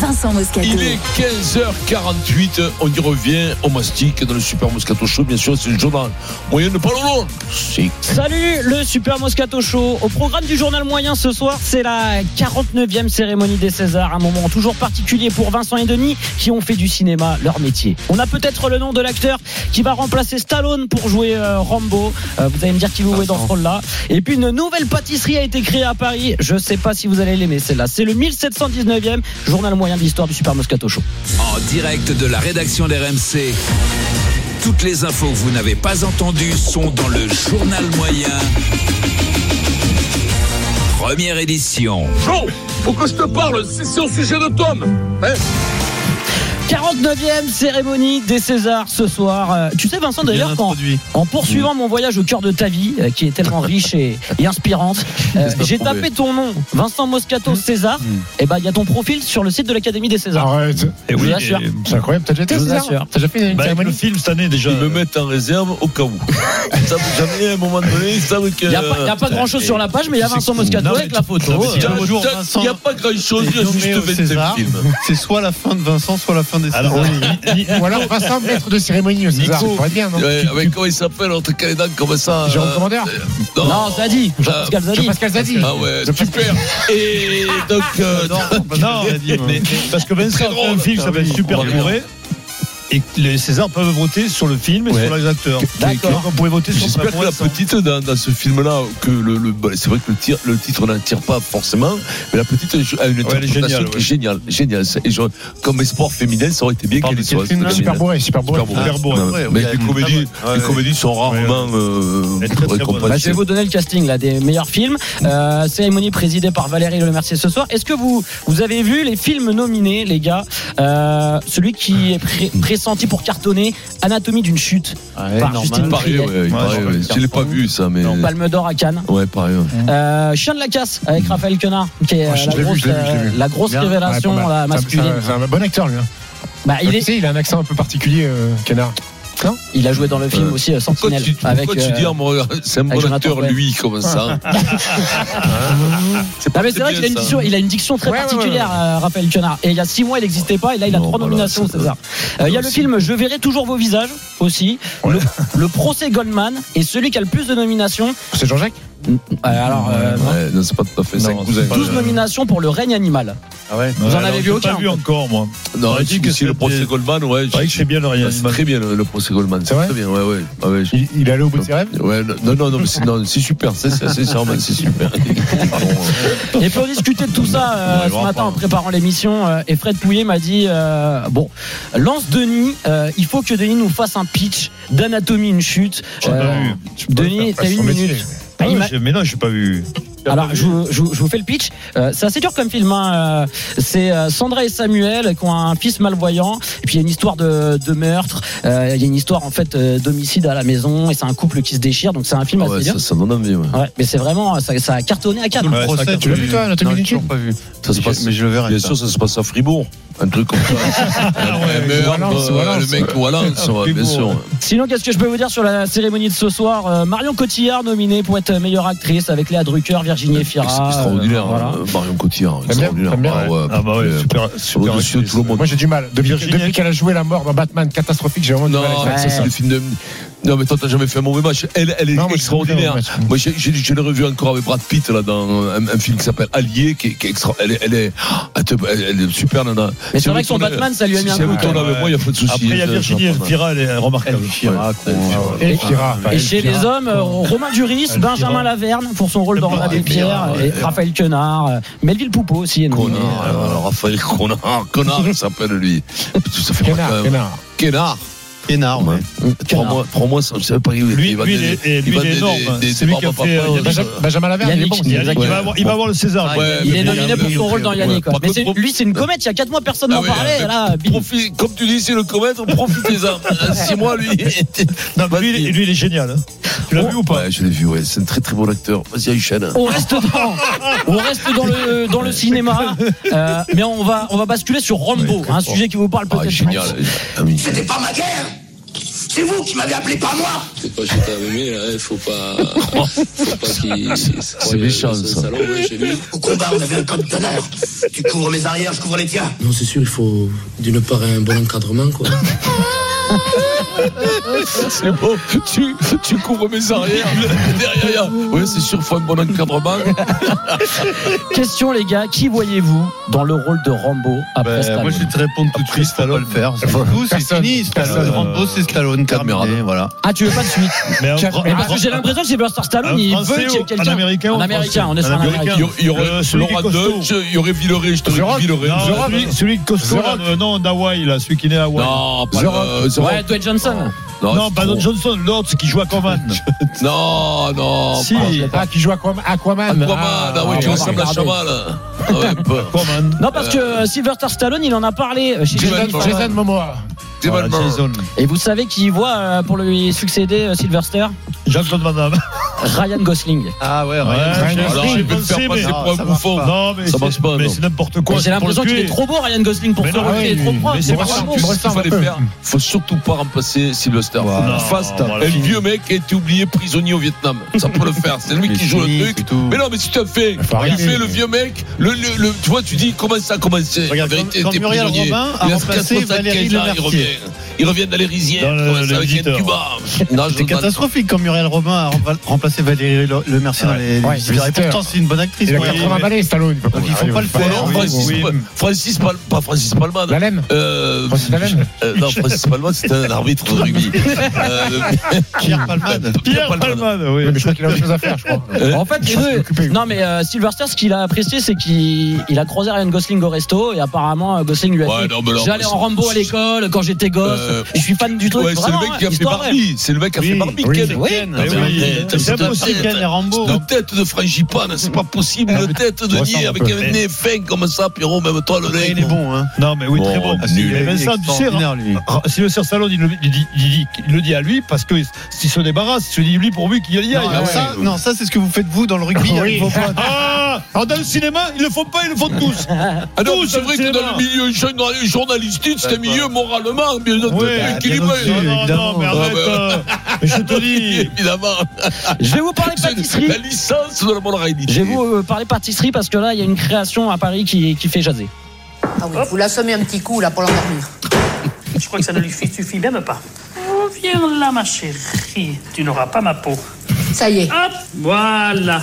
[SPEAKER 1] Vincent Moscato.
[SPEAKER 3] Il est 15h48, on y revient au mastic dans le super Moscato Show, bien sûr, c'est le journal. Moyen de parlons C'est
[SPEAKER 6] Salut le Super Moscato Show. Au programme du journal moyen ce soir, c'est la 49e cérémonie des Césars, un moment toujours particulier pour Vincent et Denis qui ont fait du cinéma leur métier. On a peut-être le nom de l'acteur qui va remplacer Stallone pour jouer euh, Rambo. Euh, vous allez me dire qui vous voyez dans ce rôle-là. Et puis une nouvelle pâtisserie a été créée à Paris. Je sais pas si vous allez l'aimer celle-là. C'est le 1719e journal moyen de l'histoire du Super Moscato Show.
[SPEAKER 12] En direct de la rédaction d'RMC, toutes les infos que vous n'avez pas entendues sont dans le journal moyen. Première édition.
[SPEAKER 13] Bon, faut que je te parle, c'est c'est au sujet de Tom. Hein
[SPEAKER 6] 49e cérémonie des Césars ce soir. Euh, tu sais Vincent
[SPEAKER 4] Bien
[SPEAKER 6] d'ailleurs quand
[SPEAKER 4] introduit.
[SPEAKER 6] En poursuivant mon voyage au cœur de ta vie, euh, qui est tellement riche et, et
[SPEAKER 10] [laughs]
[SPEAKER 6] inspirante, euh,
[SPEAKER 3] Qu'est-ce que
[SPEAKER 6] j'ai
[SPEAKER 3] t'as trouvé
[SPEAKER 6] tapé ton nom, Vincent Moscato
[SPEAKER 10] Hmm.
[SPEAKER 6] César. Et ben, il y a ton profil sur le site de l'Académie des Césars.
[SPEAKER 5] Arrête.
[SPEAKER 10] Et
[SPEAKER 6] Je
[SPEAKER 10] Eh oui,
[SPEAKER 6] vous assure.
[SPEAKER 10] et-
[SPEAKER 5] C'est incroyable. T'as déjà été
[SPEAKER 6] Je vous
[SPEAKER 5] César
[SPEAKER 6] assure.
[SPEAKER 5] T'as déjà fait une
[SPEAKER 10] bah, avec le
[SPEAKER 5] cérémonie
[SPEAKER 10] film cette année déjà.
[SPEAKER 3] Ils me mettent en réserve au cas où. Ils savent jamais, à un moment donné, ils savent que.
[SPEAKER 6] Il n'y a, pas- y a pas grand chose sur la page, mais il y a Vincent Moscato
[SPEAKER 10] Non, mais
[SPEAKER 6] avec
[SPEAKER 10] tu-
[SPEAKER 6] la photo.
[SPEAKER 10] non, mais
[SPEAKER 6] Euh,
[SPEAKER 10] tu-
[SPEAKER 3] Il
[SPEAKER 4] Un jour, Vincent
[SPEAKER 3] n'y a pas grand chose,
[SPEAKER 4] est
[SPEAKER 3] il y a juste
[SPEAKER 4] nommé au
[SPEAKER 3] 27
[SPEAKER 4] César.
[SPEAKER 3] films.
[SPEAKER 4] C'est soit la fin de Vincent, soit la fin des
[SPEAKER 10] Alors,
[SPEAKER 4] Césars.
[SPEAKER 5] Ou alors Vincent, maître de cérémonie au César.
[SPEAKER 10] Nico.
[SPEAKER 5] Ça pourrait être bien, non
[SPEAKER 3] Ouais,
[SPEAKER 5] Tu-
[SPEAKER 3] avec comment il s'appelle, entre Calédan, comment ça
[SPEAKER 5] Jérôme
[SPEAKER 3] euh,
[SPEAKER 5] Commandeur
[SPEAKER 3] non.
[SPEAKER 6] Non, ça dit. Jean-Pascal
[SPEAKER 5] tu-
[SPEAKER 6] Zadi.
[SPEAKER 5] Pascal Zadi.
[SPEAKER 3] Ah ouais, super. Et donc, euh,
[SPEAKER 4] bah
[SPEAKER 10] Non,
[SPEAKER 4] euh,
[SPEAKER 10] mais- parce que Vincent
[SPEAKER 3] Très
[SPEAKER 10] a fait un
[SPEAKER 3] drôle.
[SPEAKER 10] film qui s'appelle
[SPEAKER 3] Ah oui,
[SPEAKER 10] Super
[SPEAKER 3] on va
[SPEAKER 10] Bourré. Et les Césars peuvent voter sur le film et
[SPEAKER 3] Ouais.
[SPEAKER 10] sur les acteurs.
[SPEAKER 6] D'accord.
[SPEAKER 10] Donc, On pouvait voter sur
[SPEAKER 3] J'espère que la petite dans, dans ce film-là, que le, le- bah, c'est vrai que le, tir- le titre n'attire pas forcément, mais la petite a une
[SPEAKER 10] elle est
[SPEAKER 3] interprétation
[SPEAKER 10] géniale,
[SPEAKER 3] qui est géniale, géniale. Et je- comme espoir féminin, ça aurait été bien
[SPEAKER 10] Parle
[SPEAKER 3] qu'elle
[SPEAKER 10] de
[SPEAKER 3] soit.
[SPEAKER 5] Film,
[SPEAKER 3] cette
[SPEAKER 5] Super
[SPEAKER 3] féminine.
[SPEAKER 5] bourré, super bourré.
[SPEAKER 3] Super beau.
[SPEAKER 10] Super beau,
[SPEAKER 3] Non,
[SPEAKER 10] ouais,
[SPEAKER 3] mais
[SPEAKER 10] ouais,
[SPEAKER 3] les
[SPEAKER 10] ouais.
[SPEAKER 3] comédies, les comédies sont rarement euh,
[SPEAKER 10] Elle est très, très bonne.
[SPEAKER 3] récompensées.
[SPEAKER 6] Bah, je vais vous donner le casting là, des meilleurs films. Euh, cérémonie présidée par Valérie Lemercier ce soir. Est-ce que vous, vous avez vu les films nominés, les gars Euh, Celui qui est pré- pressenti pour cartonner Anatomie d'une chute. par Justine
[SPEAKER 3] Il paraît,
[SPEAKER 6] Triet.
[SPEAKER 3] ouais, il
[SPEAKER 10] Ouais,
[SPEAKER 3] paraît,
[SPEAKER 10] j'en
[SPEAKER 3] ouais.
[SPEAKER 10] fais
[SPEAKER 3] Je l'ai pas vu ça, mais
[SPEAKER 5] Euh.
[SPEAKER 6] Palme d'Or à Cannes.
[SPEAKER 3] ouais, pareil. ouais.
[SPEAKER 6] Euh, Chien de la casse avec Raphaël Quenard, qui est
[SPEAKER 5] Ouais,
[SPEAKER 6] euh,
[SPEAKER 5] Ah, je
[SPEAKER 6] la,
[SPEAKER 5] l'ai vu,
[SPEAKER 6] grosse,
[SPEAKER 5] je l'ai vu, je l'ai
[SPEAKER 6] euh,
[SPEAKER 5] vu.
[SPEAKER 6] la grosse
[SPEAKER 5] Bien.
[SPEAKER 6] révélation
[SPEAKER 5] Ouais, pas mal.
[SPEAKER 6] là,
[SPEAKER 5] C'est un-
[SPEAKER 6] masculine.
[SPEAKER 5] C'est un, bon acteur, lui. hein.
[SPEAKER 6] Bah, il,
[SPEAKER 5] Tu
[SPEAKER 6] est,
[SPEAKER 5] sais, il a un accent un peu particulier, euh, Canard.
[SPEAKER 6] il a joué dans le film
[SPEAKER 3] Euh,
[SPEAKER 6] aussi euh,
[SPEAKER 3] Pourquoi
[SPEAKER 6] Sentinelle
[SPEAKER 3] tu, pourquoi
[SPEAKER 6] avec.
[SPEAKER 3] tu
[SPEAKER 6] euh,
[SPEAKER 3] dis, ah, mon- c'est un
[SPEAKER 6] avec
[SPEAKER 3] bon
[SPEAKER 6] Jonathan
[SPEAKER 3] acteur,
[SPEAKER 6] Cohen.
[SPEAKER 3] lui, comme ça
[SPEAKER 6] Ah, mais c'est vrai
[SPEAKER 3] bien,
[SPEAKER 6] qu'il a une
[SPEAKER 3] ça.
[SPEAKER 6] diction, il a une diction très
[SPEAKER 5] Ouais, ouais, ouais,
[SPEAKER 6] particulière, euh, Raphaël Quenard. Et il y a six mois, il n'existait pas. Et là, il a
[SPEAKER 3] Non,
[SPEAKER 6] trois
[SPEAKER 3] voilà,
[SPEAKER 6] nominations au
[SPEAKER 3] c'est-
[SPEAKER 6] César. Euh, il y a le
[SPEAKER 3] c'est-
[SPEAKER 6] film Je verrai toujours vos visages aussi. Le, le procès Goldman et celui qui a le plus de nominations.
[SPEAKER 5] C'est Jean-Jacques
[SPEAKER 6] Euh, alors, euh,
[SPEAKER 3] Ouais, non, c'est pas tout à fait ça,
[SPEAKER 10] Non,
[SPEAKER 3] cousin.
[SPEAKER 10] c'est pas-
[SPEAKER 6] 12 nominations pour Le règne animal. Vous en avez vu
[SPEAKER 10] J'ai
[SPEAKER 6] aucun,
[SPEAKER 10] pas vu
[SPEAKER 6] en fait.
[SPEAKER 10] encore, moi.
[SPEAKER 3] Non,
[SPEAKER 10] J'aurais dit
[SPEAKER 3] si
[SPEAKER 10] que
[SPEAKER 3] si le
[SPEAKER 10] c'était-
[SPEAKER 3] procès Goldman, ouais,
[SPEAKER 10] C'est vrai que c'est bien le
[SPEAKER 3] Ah,
[SPEAKER 10] Ryan
[SPEAKER 3] C'est très bien le, le procès Goldman.
[SPEAKER 5] C'est vrai
[SPEAKER 3] Très bien, ouais, ouais. Ah ouais, je-
[SPEAKER 5] il, il est allé au bout de ses rêves
[SPEAKER 3] ouais, non, non, non, mais c'est non, c'est super. C'est c'est- c'est vraiment, c'est super.
[SPEAKER 6] Et puis on discutait de tout ça euh,
[SPEAKER 3] On arrivera
[SPEAKER 6] ce matin
[SPEAKER 3] pas.
[SPEAKER 6] en préparant l'émission. euh, et Fred Pouillet m'a dit euh, Bon, lance Denis, euh, il faut que Denis nous fasse un pitch d'anatomie, une chute. Euh, Denis, t'as une minute. Bah, il m'a-
[SPEAKER 10] Mais non, j'ai pas vu.
[SPEAKER 6] Alors, je, vous- je vous je vous fais le pitch. Euh, c'est assez dur comme film. hein. Euh, C'est euh, Sandra et Samuel qui ont un fils malvoyant. Et puis, il y a une histoire de, de meurtre. Euh, Il y a une histoire, en fait, euh, d'homicide à la maison. Et c'est un couple qui se déchire. Donc, c'est un film
[SPEAKER 3] Ah
[SPEAKER 6] assez
[SPEAKER 3] ouais,
[SPEAKER 6] dur.
[SPEAKER 3] ça, ça donne envie, ouais.
[SPEAKER 6] Ouais, mais c'est vraiment, ça, ça a cartonné à Cannes.
[SPEAKER 10] Ouais, ça,
[SPEAKER 5] tu l'as vu, toi, Anatomie
[SPEAKER 4] Non, j'ai
[SPEAKER 5] d'une chute
[SPEAKER 4] toujours pas vu.
[SPEAKER 3] Ça se passe,
[SPEAKER 4] Mais je le verrai.
[SPEAKER 3] bien
[SPEAKER 4] ça.
[SPEAKER 3] sûr, ça se passe à Fribourg. un truc comme ça. Elle meurt,
[SPEAKER 6] Valence,
[SPEAKER 3] euh,
[SPEAKER 6] Valence.
[SPEAKER 3] le mec Valence, ouais, bien sûr.
[SPEAKER 6] Sinon, qu'est-ce que je peux vous dire sur la cérémonie de ce soir Euh, Marion Cotillard nominée pour être meilleure actrice avec Léa Drucker, Virginie Fira.
[SPEAKER 3] C'est extraordinaire,
[SPEAKER 6] euh, voilà.
[SPEAKER 3] euh, Marion Cotillard.
[SPEAKER 5] T'aimes bien,
[SPEAKER 3] Extraordinaire.
[SPEAKER 5] t'aimes bien,
[SPEAKER 3] Ah
[SPEAKER 5] ouais.
[SPEAKER 3] ouais,
[SPEAKER 5] Ah bah ouais,
[SPEAKER 3] putain,
[SPEAKER 5] super- super
[SPEAKER 4] Ah bah
[SPEAKER 3] Au-dessus de tout le monde.
[SPEAKER 5] Moi j'ai du mal. Depuis,
[SPEAKER 3] Virginie-
[SPEAKER 5] depuis qu'elle a joué la mort dans Batman catastrophique, j'ai vraiment du
[SPEAKER 3] Non,
[SPEAKER 5] mal avec ça.
[SPEAKER 3] c'est le film de. Non, mais toi, t'as jamais fait un mauvais match. Elle, elle est
[SPEAKER 5] Non, moi, j'ai
[SPEAKER 3] extraordinaire.
[SPEAKER 5] jamais fait un mauvais match.
[SPEAKER 3] Moi, j'ai- j'ai- je l'ai revu encore avec Brad Pitt, là, dans un, un film qui s'appelle Allié, qui, est- qui est extra. Elle, est- elle est. Elle, te- elle- elle est super, nana.
[SPEAKER 6] Mais
[SPEAKER 3] Si
[SPEAKER 6] c'est vrai
[SPEAKER 3] elle
[SPEAKER 6] que son
[SPEAKER 3] me tourne-
[SPEAKER 6] Batman, ça lui a
[SPEAKER 3] si-
[SPEAKER 6] mis un
[SPEAKER 3] si elle me
[SPEAKER 6] coup.
[SPEAKER 3] tourne avec moi, il n'y a pas de souci.
[SPEAKER 4] Après, il y a
[SPEAKER 3] Je- je-
[SPEAKER 4] Virginie
[SPEAKER 3] je-
[SPEAKER 4] Elfira, elle est remarquable.
[SPEAKER 14] Elfira, quoi.
[SPEAKER 4] Ouais.
[SPEAKER 5] Elfira,
[SPEAKER 6] Et chez les hommes, euh, Romain Duris,
[SPEAKER 4] Elfira.
[SPEAKER 6] Benjamin Laverne pour son rôle dans
[SPEAKER 3] Elfira,
[SPEAKER 6] Roi des
[SPEAKER 3] Elfira,
[SPEAKER 6] Pierres, et
[SPEAKER 3] Elfira.
[SPEAKER 6] Raphaël Quenard, euh, Melville Poupeau aussi. Euh, est nominé.
[SPEAKER 3] Connard, euh, alors, Raphaël Connard, Connard, il s'appelle lui. Ça fait
[SPEAKER 5] Kenard,
[SPEAKER 3] pas quand même-
[SPEAKER 5] Kenard.
[SPEAKER 3] Kenard.
[SPEAKER 14] Pénard, ouais.
[SPEAKER 3] Prends-moi, prends-moi, ça, je savais pas. il-
[SPEAKER 4] Ah Lui,
[SPEAKER 3] il va
[SPEAKER 4] lui, il
[SPEAKER 3] des-
[SPEAKER 4] est- et lui,
[SPEAKER 3] va
[SPEAKER 4] il est
[SPEAKER 3] des-
[SPEAKER 4] énorme.
[SPEAKER 3] des- des
[SPEAKER 4] C'est lui qui a
[SPEAKER 3] barbes à
[SPEAKER 4] fait,
[SPEAKER 3] papa.
[SPEAKER 4] euh, Benjamin-
[SPEAKER 5] Benjamin Laverne, il est
[SPEAKER 6] Yannick,
[SPEAKER 5] bon.
[SPEAKER 6] il y a-
[SPEAKER 5] c'est-
[SPEAKER 4] Il va avoir, il va avoir le César.
[SPEAKER 3] Ouais, mais
[SPEAKER 6] Il est
[SPEAKER 3] bien,
[SPEAKER 6] nominé
[SPEAKER 3] bien,
[SPEAKER 6] pour
[SPEAKER 3] bien,
[SPEAKER 6] son rôle dans
[SPEAKER 3] ouais.
[SPEAKER 6] Yannick.
[SPEAKER 3] Par
[SPEAKER 6] Mais
[SPEAKER 3] contre,
[SPEAKER 6] c'est-
[SPEAKER 3] pro-
[SPEAKER 6] lui, c'est une comète, il y a 4 mois, personne
[SPEAKER 3] Ah
[SPEAKER 6] n'en
[SPEAKER 3] ouais,
[SPEAKER 6] parlait.
[SPEAKER 3] mais
[SPEAKER 6] Là, bim.
[SPEAKER 3] profi- Comme tu dis, c'est le comète, on
[SPEAKER 4] [laughs]
[SPEAKER 3] profitez-en. Six mois, lui.
[SPEAKER 4] Non, mais lui, il est- lui, il est génial. hein. Tu l'as vu ou pas Oh,
[SPEAKER 3] Ouais, je l'ai vu, ouais. C'est un très très bon acteur. Vas-y, Ah, Aïchen.
[SPEAKER 6] On reste dans, on reste dans le dans le
[SPEAKER 4] [laughs]
[SPEAKER 6] cinéma, euh, mais on va on va basculer sur Rambo, un sujet qui vous parle
[SPEAKER 3] Ah,
[SPEAKER 6] peut-être.
[SPEAKER 3] génial. Ah oui.
[SPEAKER 11] C'était pas ma guerre C'est vous qui m'avez appelé, pas moi
[SPEAKER 15] C'est pas j'étais abîmé, là, il faut pas. Faut pas
[SPEAKER 3] [laughs]
[SPEAKER 15] qu'il. C'est
[SPEAKER 3] méchant, ça.
[SPEAKER 11] Au combat, Eh ben, on avait un code d'honneur. Tu couvres mes arrières, je couvre les tiens.
[SPEAKER 15] Non, c'est sûr, il faut d'une part un bon encadrement, quoi.
[SPEAKER 3] C'est bon. Tu, tu couvres mes arrières. Derrière, il y a- ouais, c'est sûr, faut un bon encadrement.
[SPEAKER 6] Question les gars, qui voyez-vous dans le rôle de Rambo
[SPEAKER 4] Bah,
[SPEAKER 6] après
[SPEAKER 14] Ben, moi,
[SPEAKER 6] Stallone
[SPEAKER 14] je vais te répondre tout de suite. Faut pas le faire. C'est tout, c'est fini. Stallone. Rambo, c'est Stallone. Terminé. Voilà.
[SPEAKER 6] Ah tu veux pas de suite
[SPEAKER 4] Mais en-
[SPEAKER 6] Mais
[SPEAKER 4] en-
[SPEAKER 6] parce que j'ai l'impression que c'est Buster Stallone, il
[SPEAKER 4] Un Français
[SPEAKER 6] veut qu'il y ait
[SPEAKER 4] ou-
[SPEAKER 6] quelqu'un.
[SPEAKER 4] un Américain ou
[SPEAKER 6] Un Américain,
[SPEAKER 4] Français
[SPEAKER 6] on est sur un
[SPEAKER 4] Un
[SPEAKER 6] Américain.
[SPEAKER 3] Il y- Il y aurait
[SPEAKER 4] Euh, celui qui
[SPEAKER 3] Laura
[SPEAKER 4] est costaud.
[SPEAKER 3] Dodge, il y aurait Villeray, je te
[SPEAKER 5] The
[SPEAKER 3] dis
[SPEAKER 5] Rock.
[SPEAKER 3] Villeray.
[SPEAKER 4] Non,
[SPEAKER 5] The Rock.
[SPEAKER 4] celui- celui de Costco, là, euh, non, d'Hawaï, là, celui qui est né à Hawaï.
[SPEAKER 3] Non, pas
[SPEAKER 5] The
[SPEAKER 3] le-
[SPEAKER 5] Rock.
[SPEAKER 3] The Rock.
[SPEAKER 6] Ouais, Dwayne Johnson.
[SPEAKER 4] Non, pas
[SPEAKER 3] c'est
[SPEAKER 4] Don
[SPEAKER 3] trop.
[SPEAKER 4] Johnson, l'autre qui joue à Coman.
[SPEAKER 3] Non, non.
[SPEAKER 4] Si.
[SPEAKER 3] pas-
[SPEAKER 5] Ah, qui joue Aquaman. Aquaman,
[SPEAKER 3] Aquaman, ah ouais, tu
[SPEAKER 5] on va
[SPEAKER 3] ressembles à
[SPEAKER 5] regarder.
[SPEAKER 3] Chaval. Ah ouais, peu.
[SPEAKER 4] Coman.
[SPEAKER 6] Non parce que euh, Sylvester Stallone, il en a parlé euh, chez
[SPEAKER 3] Jason
[SPEAKER 5] Jason,
[SPEAKER 6] Jimmy
[SPEAKER 3] Momoa.
[SPEAKER 6] Fallon.
[SPEAKER 5] Jason Momoa.
[SPEAKER 4] Ah, Voilà,
[SPEAKER 3] Damon Burr.
[SPEAKER 4] Jason.
[SPEAKER 6] Et vous savez qui y voit euh, pour lui succéder euh, Sylvester
[SPEAKER 4] Jean-Claude Van Damme.
[SPEAKER 6] Ryan Gosling.
[SPEAKER 14] Ah ouais,
[SPEAKER 4] Ouais,
[SPEAKER 14] Ryan.
[SPEAKER 4] j'ai-
[SPEAKER 3] Alors,
[SPEAKER 4] j'ai
[SPEAKER 3] il peut te faire
[SPEAKER 4] pensé,
[SPEAKER 3] passer
[SPEAKER 4] mais-
[SPEAKER 3] pour un
[SPEAKER 14] ça
[SPEAKER 3] bouffon.
[SPEAKER 14] marche
[SPEAKER 4] Non, mais
[SPEAKER 3] Ça
[SPEAKER 4] c'est-
[SPEAKER 3] marche pas,
[SPEAKER 4] mais
[SPEAKER 3] non.
[SPEAKER 4] c'est n'importe quoi.
[SPEAKER 6] Mais
[SPEAKER 4] c'est
[SPEAKER 6] J'ai
[SPEAKER 4] pour le
[SPEAKER 6] l'impression qu'il
[SPEAKER 4] tuer.
[SPEAKER 6] est trop beau Ryan Gosling pour
[SPEAKER 4] Mais
[SPEAKER 6] ça.
[SPEAKER 4] non,
[SPEAKER 6] Il est
[SPEAKER 5] oui,
[SPEAKER 6] trop
[SPEAKER 5] oui,
[SPEAKER 6] propre.
[SPEAKER 4] mais
[SPEAKER 6] il
[SPEAKER 4] c'est
[SPEAKER 6] est
[SPEAKER 4] pas
[SPEAKER 6] pas
[SPEAKER 4] ça.
[SPEAKER 6] beau.
[SPEAKER 3] Tu sais
[SPEAKER 5] ressemble
[SPEAKER 3] ce qu'il fallait
[SPEAKER 5] un peu.
[SPEAKER 3] faire Faut surtout pas remplacer Sylvester. Faut
[SPEAKER 14] Voilà.
[SPEAKER 3] qu'on fasse
[SPEAKER 4] Non,
[SPEAKER 3] un vieux mec qui a été oublié prisonnier au Vietnam. Ça peut le faire. C'est lui
[SPEAKER 14] Mais
[SPEAKER 3] qui joue
[SPEAKER 14] si,
[SPEAKER 3] le
[SPEAKER 14] c'est
[SPEAKER 3] truc.
[SPEAKER 14] tout.
[SPEAKER 3] Mais non, mais si tu as fait,
[SPEAKER 5] faut
[SPEAKER 3] il
[SPEAKER 5] arrêter.
[SPEAKER 3] fait le vieux mec. Le, le, le- tu vois, tu dis comment ça, comment c'est.
[SPEAKER 14] Regarde,
[SPEAKER 3] La
[SPEAKER 14] quand- quand
[SPEAKER 3] t'es
[SPEAKER 14] Muriel
[SPEAKER 3] prisonnier.
[SPEAKER 14] Robin a
[SPEAKER 3] Il a
[SPEAKER 14] remplacé
[SPEAKER 3] 75 ans,
[SPEAKER 14] Valérie
[SPEAKER 3] Il
[SPEAKER 14] Lemercier.
[SPEAKER 3] revient. Il revient dans les rizières.
[SPEAKER 4] Dans le-
[SPEAKER 3] comme ça,
[SPEAKER 4] le
[SPEAKER 3] avec
[SPEAKER 4] visiteur.
[SPEAKER 3] Cuba. Non, je-
[SPEAKER 14] C'est catastrophique quand Muriel Robin a rempa- remplacé Valérie Le Le Mercier dans
[SPEAKER 4] Ouais.
[SPEAKER 14] les les
[SPEAKER 5] Ouais,
[SPEAKER 14] visiteurs. Et
[SPEAKER 5] visiteurs.
[SPEAKER 14] pourtant, c'est une bonne actrice.
[SPEAKER 5] Il a
[SPEAKER 14] Muriel
[SPEAKER 5] 80
[SPEAKER 14] Robin.
[SPEAKER 5] balais, Stallone.
[SPEAKER 14] Donc, il faut
[SPEAKER 5] arrive
[SPEAKER 14] pas le
[SPEAKER 3] Ou
[SPEAKER 14] faire.
[SPEAKER 3] alors
[SPEAKER 5] Oui,
[SPEAKER 3] Francis,
[SPEAKER 5] oui. Bah,
[SPEAKER 3] Pa- Francis Pal- pas Francis Palman.
[SPEAKER 5] La laine.
[SPEAKER 3] Euh,
[SPEAKER 5] Francis Lalanne.
[SPEAKER 3] euh, non, Francis Palman, c'était un arbitre de rugby. Euh,
[SPEAKER 14] Pierre Palman.
[SPEAKER 4] Pierre Palman, oui.
[SPEAKER 5] Oui, mais je crois qu'il a autre chose à faire, je crois.
[SPEAKER 6] En fait, les deux- Non, mais euh, Sylvester, ce qu'il a apprécié, c'est qu'il il a croisé Ryan Gosling au resto et apparemment euh, Gosling lui a
[SPEAKER 3] Ouais,
[SPEAKER 6] dit
[SPEAKER 3] non, mais là,
[SPEAKER 6] J'allais en
[SPEAKER 3] c'est-
[SPEAKER 6] Rambo à l'école quand j'étais gosse.
[SPEAKER 3] Euh,
[SPEAKER 6] je suis fan du truc.
[SPEAKER 3] Ouais, c'est le
[SPEAKER 6] Vraiment,
[SPEAKER 3] mec qui a
[SPEAKER 6] hein,
[SPEAKER 3] fait
[SPEAKER 6] histoire vraie.
[SPEAKER 3] Barbie. C'est le mec qui a fait
[SPEAKER 5] Oui,
[SPEAKER 3] Barbie.
[SPEAKER 5] oui,
[SPEAKER 3] Ken.
[SPEAKER 5] c'est
[SPEAKER 6] Oui,
[SPEAKER 14] Ken,
[SPEAKER 3] Ah,
[SPEAKER 14] mais
[SPEAKER 3] mais
[SPEAKER 14] oui.
[SPEAKER 3] arrête,
[SPEAKER 14] C'est
[SPEAKER 3] c'est
[SPEAKER 14] impossible
[SPEAKER 3] un-
[SPEAKER 14] Ken et Rambo.
[SPEAKER 3] Une tête de frangipane, c'est pas possible. Une tête de
[SPEAKER 5] on ressemble
[SPEAKER 3] nid
[SPEAKER 5] un
[SPEAKER 3] avec
[SPEAKER 5] peu.
[SPEAKER 3] un nez fin comme ça, Pierrot, même toi, le nez.
[SPEAKER 14] Il est bon, hein.
[SPEAKER 4] Non, mais oui, très
[SPEAKER 3] Bon,
[SPEAKER 4] bon.
[SPEAKER 3] nul.
[SPEAKER 4] Mais Vincent, tu sais,
[SPEAKER 14] Extraordinaire, lui.
[SPEAKER 4] Ra- hein. Ah, Sylvester Stallone, il le, il dit- il dit- il le dit à lui parce que s'il se débarrasse, il se dit lui pourvu qu'il y aille.
[SPEAKER 14] Non, ça, non, ça, c'est ce que vous faites vous dans le rugby
[SPEAKER 5] Oui.
[SPEAKER 14] avec vos potes.
[SPEAKER 4] Ah Alors dans le cinéma, ils le font pas, ils le font tous.
[SPEAKER 3] Ah non,
[SPEAKER 4] Tous,
[SPEAKER 3] c'est vrai que
[SPEAKER 4] c'est
[SPEAKER 3] dans
[SPEAKER 4] là.
[SPEAKER 3] le milieu journal- journalistique, c'est un milieu moralement bien
[SPEAKER 4] Ouais,
[SPEAKER 3] équilibré.
[SPEAKER 4] Non, non, non,
[SPEAKER 14] évidemment.
[SPEAKER 4] mais
[SPEAKER 3] Ah
[SPEAKER 4] arrête.
[SPEAKER 3] bah.
[SPEAKER 4] euh, mais je te dis.
[SPEAKER 3] Évidemment.
[SPEAKER 6] [laughs] Je vais vous parler
[SPEAKER 3] [laughs] C'est
[SPEAKER 6] pâtisserie.
[SPEAKER 3] La licence de la bonne réalité.
[SPEAKER 6] Je vais vous euh, parler pâtisserie parce que là, il y a une création à Paris qui, qui fait jaser.
[SPEAKER 1] Ah oui, vous l'assommez un petit coup là pour l'endormir. Je crois que ça ne lui suffit même pas.
[SPEAKER 16] Oh, viens là, ma chérie. Tu n'auras pas ma peau.
[SPEAKER 1] Ça y est.
[SPEAKER 16] Hop, voilà.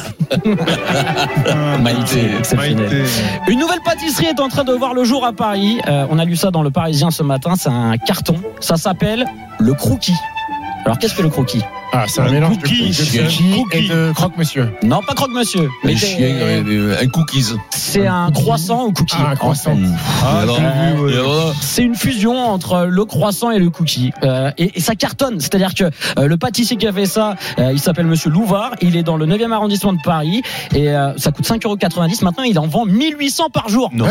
[SPEAKER 3] Bah,
[SPEAKER 6] Maïté, exceptionnel.
[SPEAKER 4] Maïté.
[SPEAKER 6] Une nouvelle pâtisserie est en train de voir le jour à Paris. Euh, on a lu ça dans Le Parisien ce matin. C'est un carton. Ça s'appelle le croquis. Alors, qu'est-ce que le croquis
[SPEAKER 5] Ah, c'est un mélange de
[SPEAKER 4] cookie,
[SPEAKER 5] de
[SPEAKER 4] c'est un
[SPEAKER 5] cookie et
[SPEAKER 4] cookie.
[SPEAKER 5] de croque-monsieur.
[SPEAKER 6] Non, pas croque-monsieur.
[SPEAKER 3] Un
[SPEAKER 6] mais
[SPEAKER 3] chien,
[SPEAKER 6] c'est-
[SPEAKER 3] euh, un cookies.
[SPEAKER 6] C'est un croissant au cookie.
[SPEAKER 5] Ah, un croissant.
[SPEAKER 3] Et alors-
[SPEAKER 6] j'ai vu, ouais.
[SPEAKER 3] et alors là,
[SPEAKER 6] C'est une fusion entre le croissant et le cookie. Euh, et, et ça cartonne. C'est-à-dire que euh, le pâtissier qui a fait ça, euh, il s'appelle Monsieur Louvard. Il est dans le 9e arrondissement de Paris. Et euh, ça coûte 5,90€. Maintenant, il en vend 1800 par jour.
[SPEAKER 3] Ah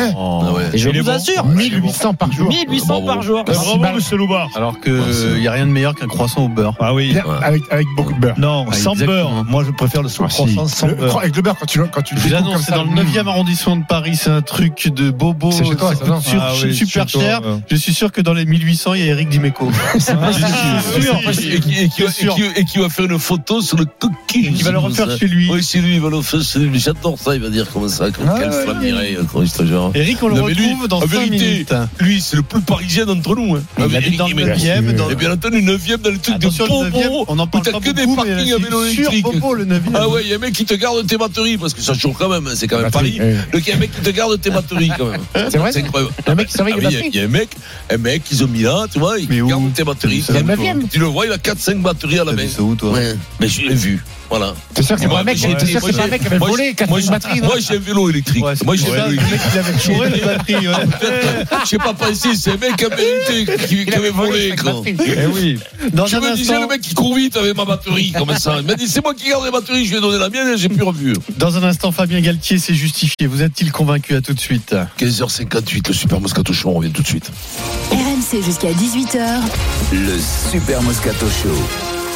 [SPEAKER 3] ouais.
[SPEAKER 6] Et je
[SPEAKER 4] Il est
[SPEAKER 6] vous
[SPEAKER 4] bon.
[SPEAKER 6] assure,
[SPEAKER 5] 1800 par jour.
[SPEAKER 6] 1800 par jour.
[SPEAKER 4] Bravo,
[SPEAKER 5] Principal.
[SPEAKER 4] monsieur Loubar. euh,
[SPEAKER 14] Alors que il y a rien de meilleur qu'un croissant au beurre.
[SPEAKER 4] Ah oui.
[SPEAKER 5] Avec, avec beaucoup de beurre.
[SPEAKER 6] Non, sans beurre. Moi, je préfère le
[SPEAKER 5] Ah, si.
[SPEAKER 6] croissant sans
[SPEAKER 5] Le-
[SPEAKER 6] beurre.
[SPEAKER 5] Avec le beurre, quand tu, quand tu le
[SPEAKER 4] Je
[SPEAKER 5] découpes
[SPEAKER 4] l'annonce,
[SPEAKER 5] comme
[SPEAKER 4] c'est
[SPEAKER 5] ça,
[SPEAKER 4] dans le
[SPEAKER 5] mm.
[SPEAKER 4] 9e arrondissement de Paris, c'est un truc de bobo,
[SPEAKER 5] C'est chez toi,
[SPEAKER 4] ça
[SPEAKER 5] ça,
[SPEAKER 4] coûte
[SPEAKER 5] non
[SPEAKER 4] sur-
[SPEAKER 5] Ah oui,
[SPEAKER 4] super
[SPEAKER 5] chez toi,
[SPEAKER 4] cher.
[SPEAKER 5] ouais.
[SPEAKER 4] Je suis sûr que dans les 1800, il y a Eric Dimeco.
[SPEAKER 3] [laughs]
[SPEAKER 4] C'est
[SPEAKER 3] Ah,
[SPEAKER 4] sûr.
[SPEAKER 3] et qui- et qui- et qui-
[SPEAKER 4] C'est sûr.
[SPEAKER 3] et qui- Et qui va faire une photo sur le coquille.
[SPEAKER 4] Il va le refaire
[SPEAKER 3] Ça.
[SPEAKER 4] chez lui.
[SPEAKER 3] Oui, chez lui, il va le refaire chez lui. J'adore ça, il va dire comme ça, comme
[SPEAKER 4] Ah,
[SPEAKER 3] quel
[SPEAKER 4] ouais.
[SPEAKER 3] flamirait, euh, quand il se genre.
[SPEAKER 4] Eric, on le
[SPEAKER 3] Non, mais lui,
[SPEAKER 4] retrouve dans
[SPEAKER 3] en
[SPEAKER 4] 5
[SPEAKER 3] vérité,
[SPEAKER 4] minutes.
[SPEAKER 3] Lui, c'est le plus parisien d'entre nous. Hein.
[SPEAKER 4] Ah, Il
[SPEAKER 3] Avec
[SPEAKER 4] habite
[SPEAKER 3] Eric
[SPEAKER 4] dans le
[SPEAKER 3] Dimeco.
[SPEAKER 4] 9e, dans-
[SPEAKER 3] Et bien entendu, 9e dans le truc de
[SPEAKER 4] Attention, le 9e,
[SPEAKER 3] Bobo.
[SPEAKER 4] on en parle
[SPEAKER 3] où t'as
[SPEAKER 4] pas
[SPEAKER 3] que des
[SPEAKER 4] beaucoup, mais
[SPEAKER 3] parkings
[SPEAKER 4] là,
[SPEAKER 3] à
[SPEAKER 4] c'est
[SPEAKER 3] vélo
[SPEAKER 4] sur
[SPEAKER 3] électrique.
[SPEAKER 4] Beauvau, le 9e.
[SPEAKER 3] Ah ouais, il y a un mec qui te garde tes batteries, parce que ça chauffe quand même, hein, c'est quand même Paris.
[SPEAKER 5] Batterie, oui.
[SPEAKER 3] Donc il y a un mec qui te garde tes batteries quand même.
[SPEAKER 5] C'est vrai
[SPEAKER 3] incroyable.
[SPEAKER 5] Le mec qui surveille
[SPEAKER 3] Ah
[SPEAKER 5] les
[SPEAKER 3] oui, il y a-
[SPEAKER 5] batteries
[SPEAKER 3] Il y a un mec, un mec, ils ont mis là, tu vois, il garde tes batteries.
[SPEAKER 5] C'est dans le 9e.
[SPEAKER 3] Tu le vois, il a 4-5 batteries à la main.
[SPEAKER 4] C'est où, toi
[SPEAKER 3] Ouais, mais je l'ai vu. Voilà.
[SPEAKER 5] T'es sûr que c'est
[SPEAKER 3] Moi,
[SPEAKER 5] pas un mec,
[SPEAKER 3] j'ai-
[SPEAKER 5] t'es sûr que c'est pas un mec qui avait
[SPEAKER 3] moi, j'ai-
[SPEAKER 5] volé quatre
[SPEAKER 3] moi,
[SPEAKER 5] mille
[SPEAKER 3] j'ai-
[SPEAKER 5] batteries, non
[SPEAKER 3] Moi, j'ai un vélo électrique. Moi, j'ai un vélo électrique.
[SPEAKER 4] Il avait chouré les batteries. ouais.
[SPEAKER 3] [laughs] Je sais pas pensé, c'est un mec
[SPEAKER 5] [laughs]
[SPEAKER 3] qui avait été, qui, qui avait volé, quoi.
[SPEAKER 4] Eh oui. Dans
[SPEAKER 3] je
[SPEAKER 4] un
[SPEAKER 3] me disais,
[SPEAKER 4] instant-
[SPEAKER 3] le mec qui court vite avait ma batterie, comme ça. Il m'a dit, c'est moi qui garde les batteries, je lui ai donné la mienne et j'ai plus revu.
[SPEAKER 4] Dans un instant, Fabien Galtier s'est justifié. Vous êtes-il convaincu à tout de suite
[SPEAKER 3] 15h58, le Super Moscato Show, on revient tout de suite.
[SPEAKER 1] RMC jusqu'à 18h.
[SPEAKER 2] Le Super Moscato Show.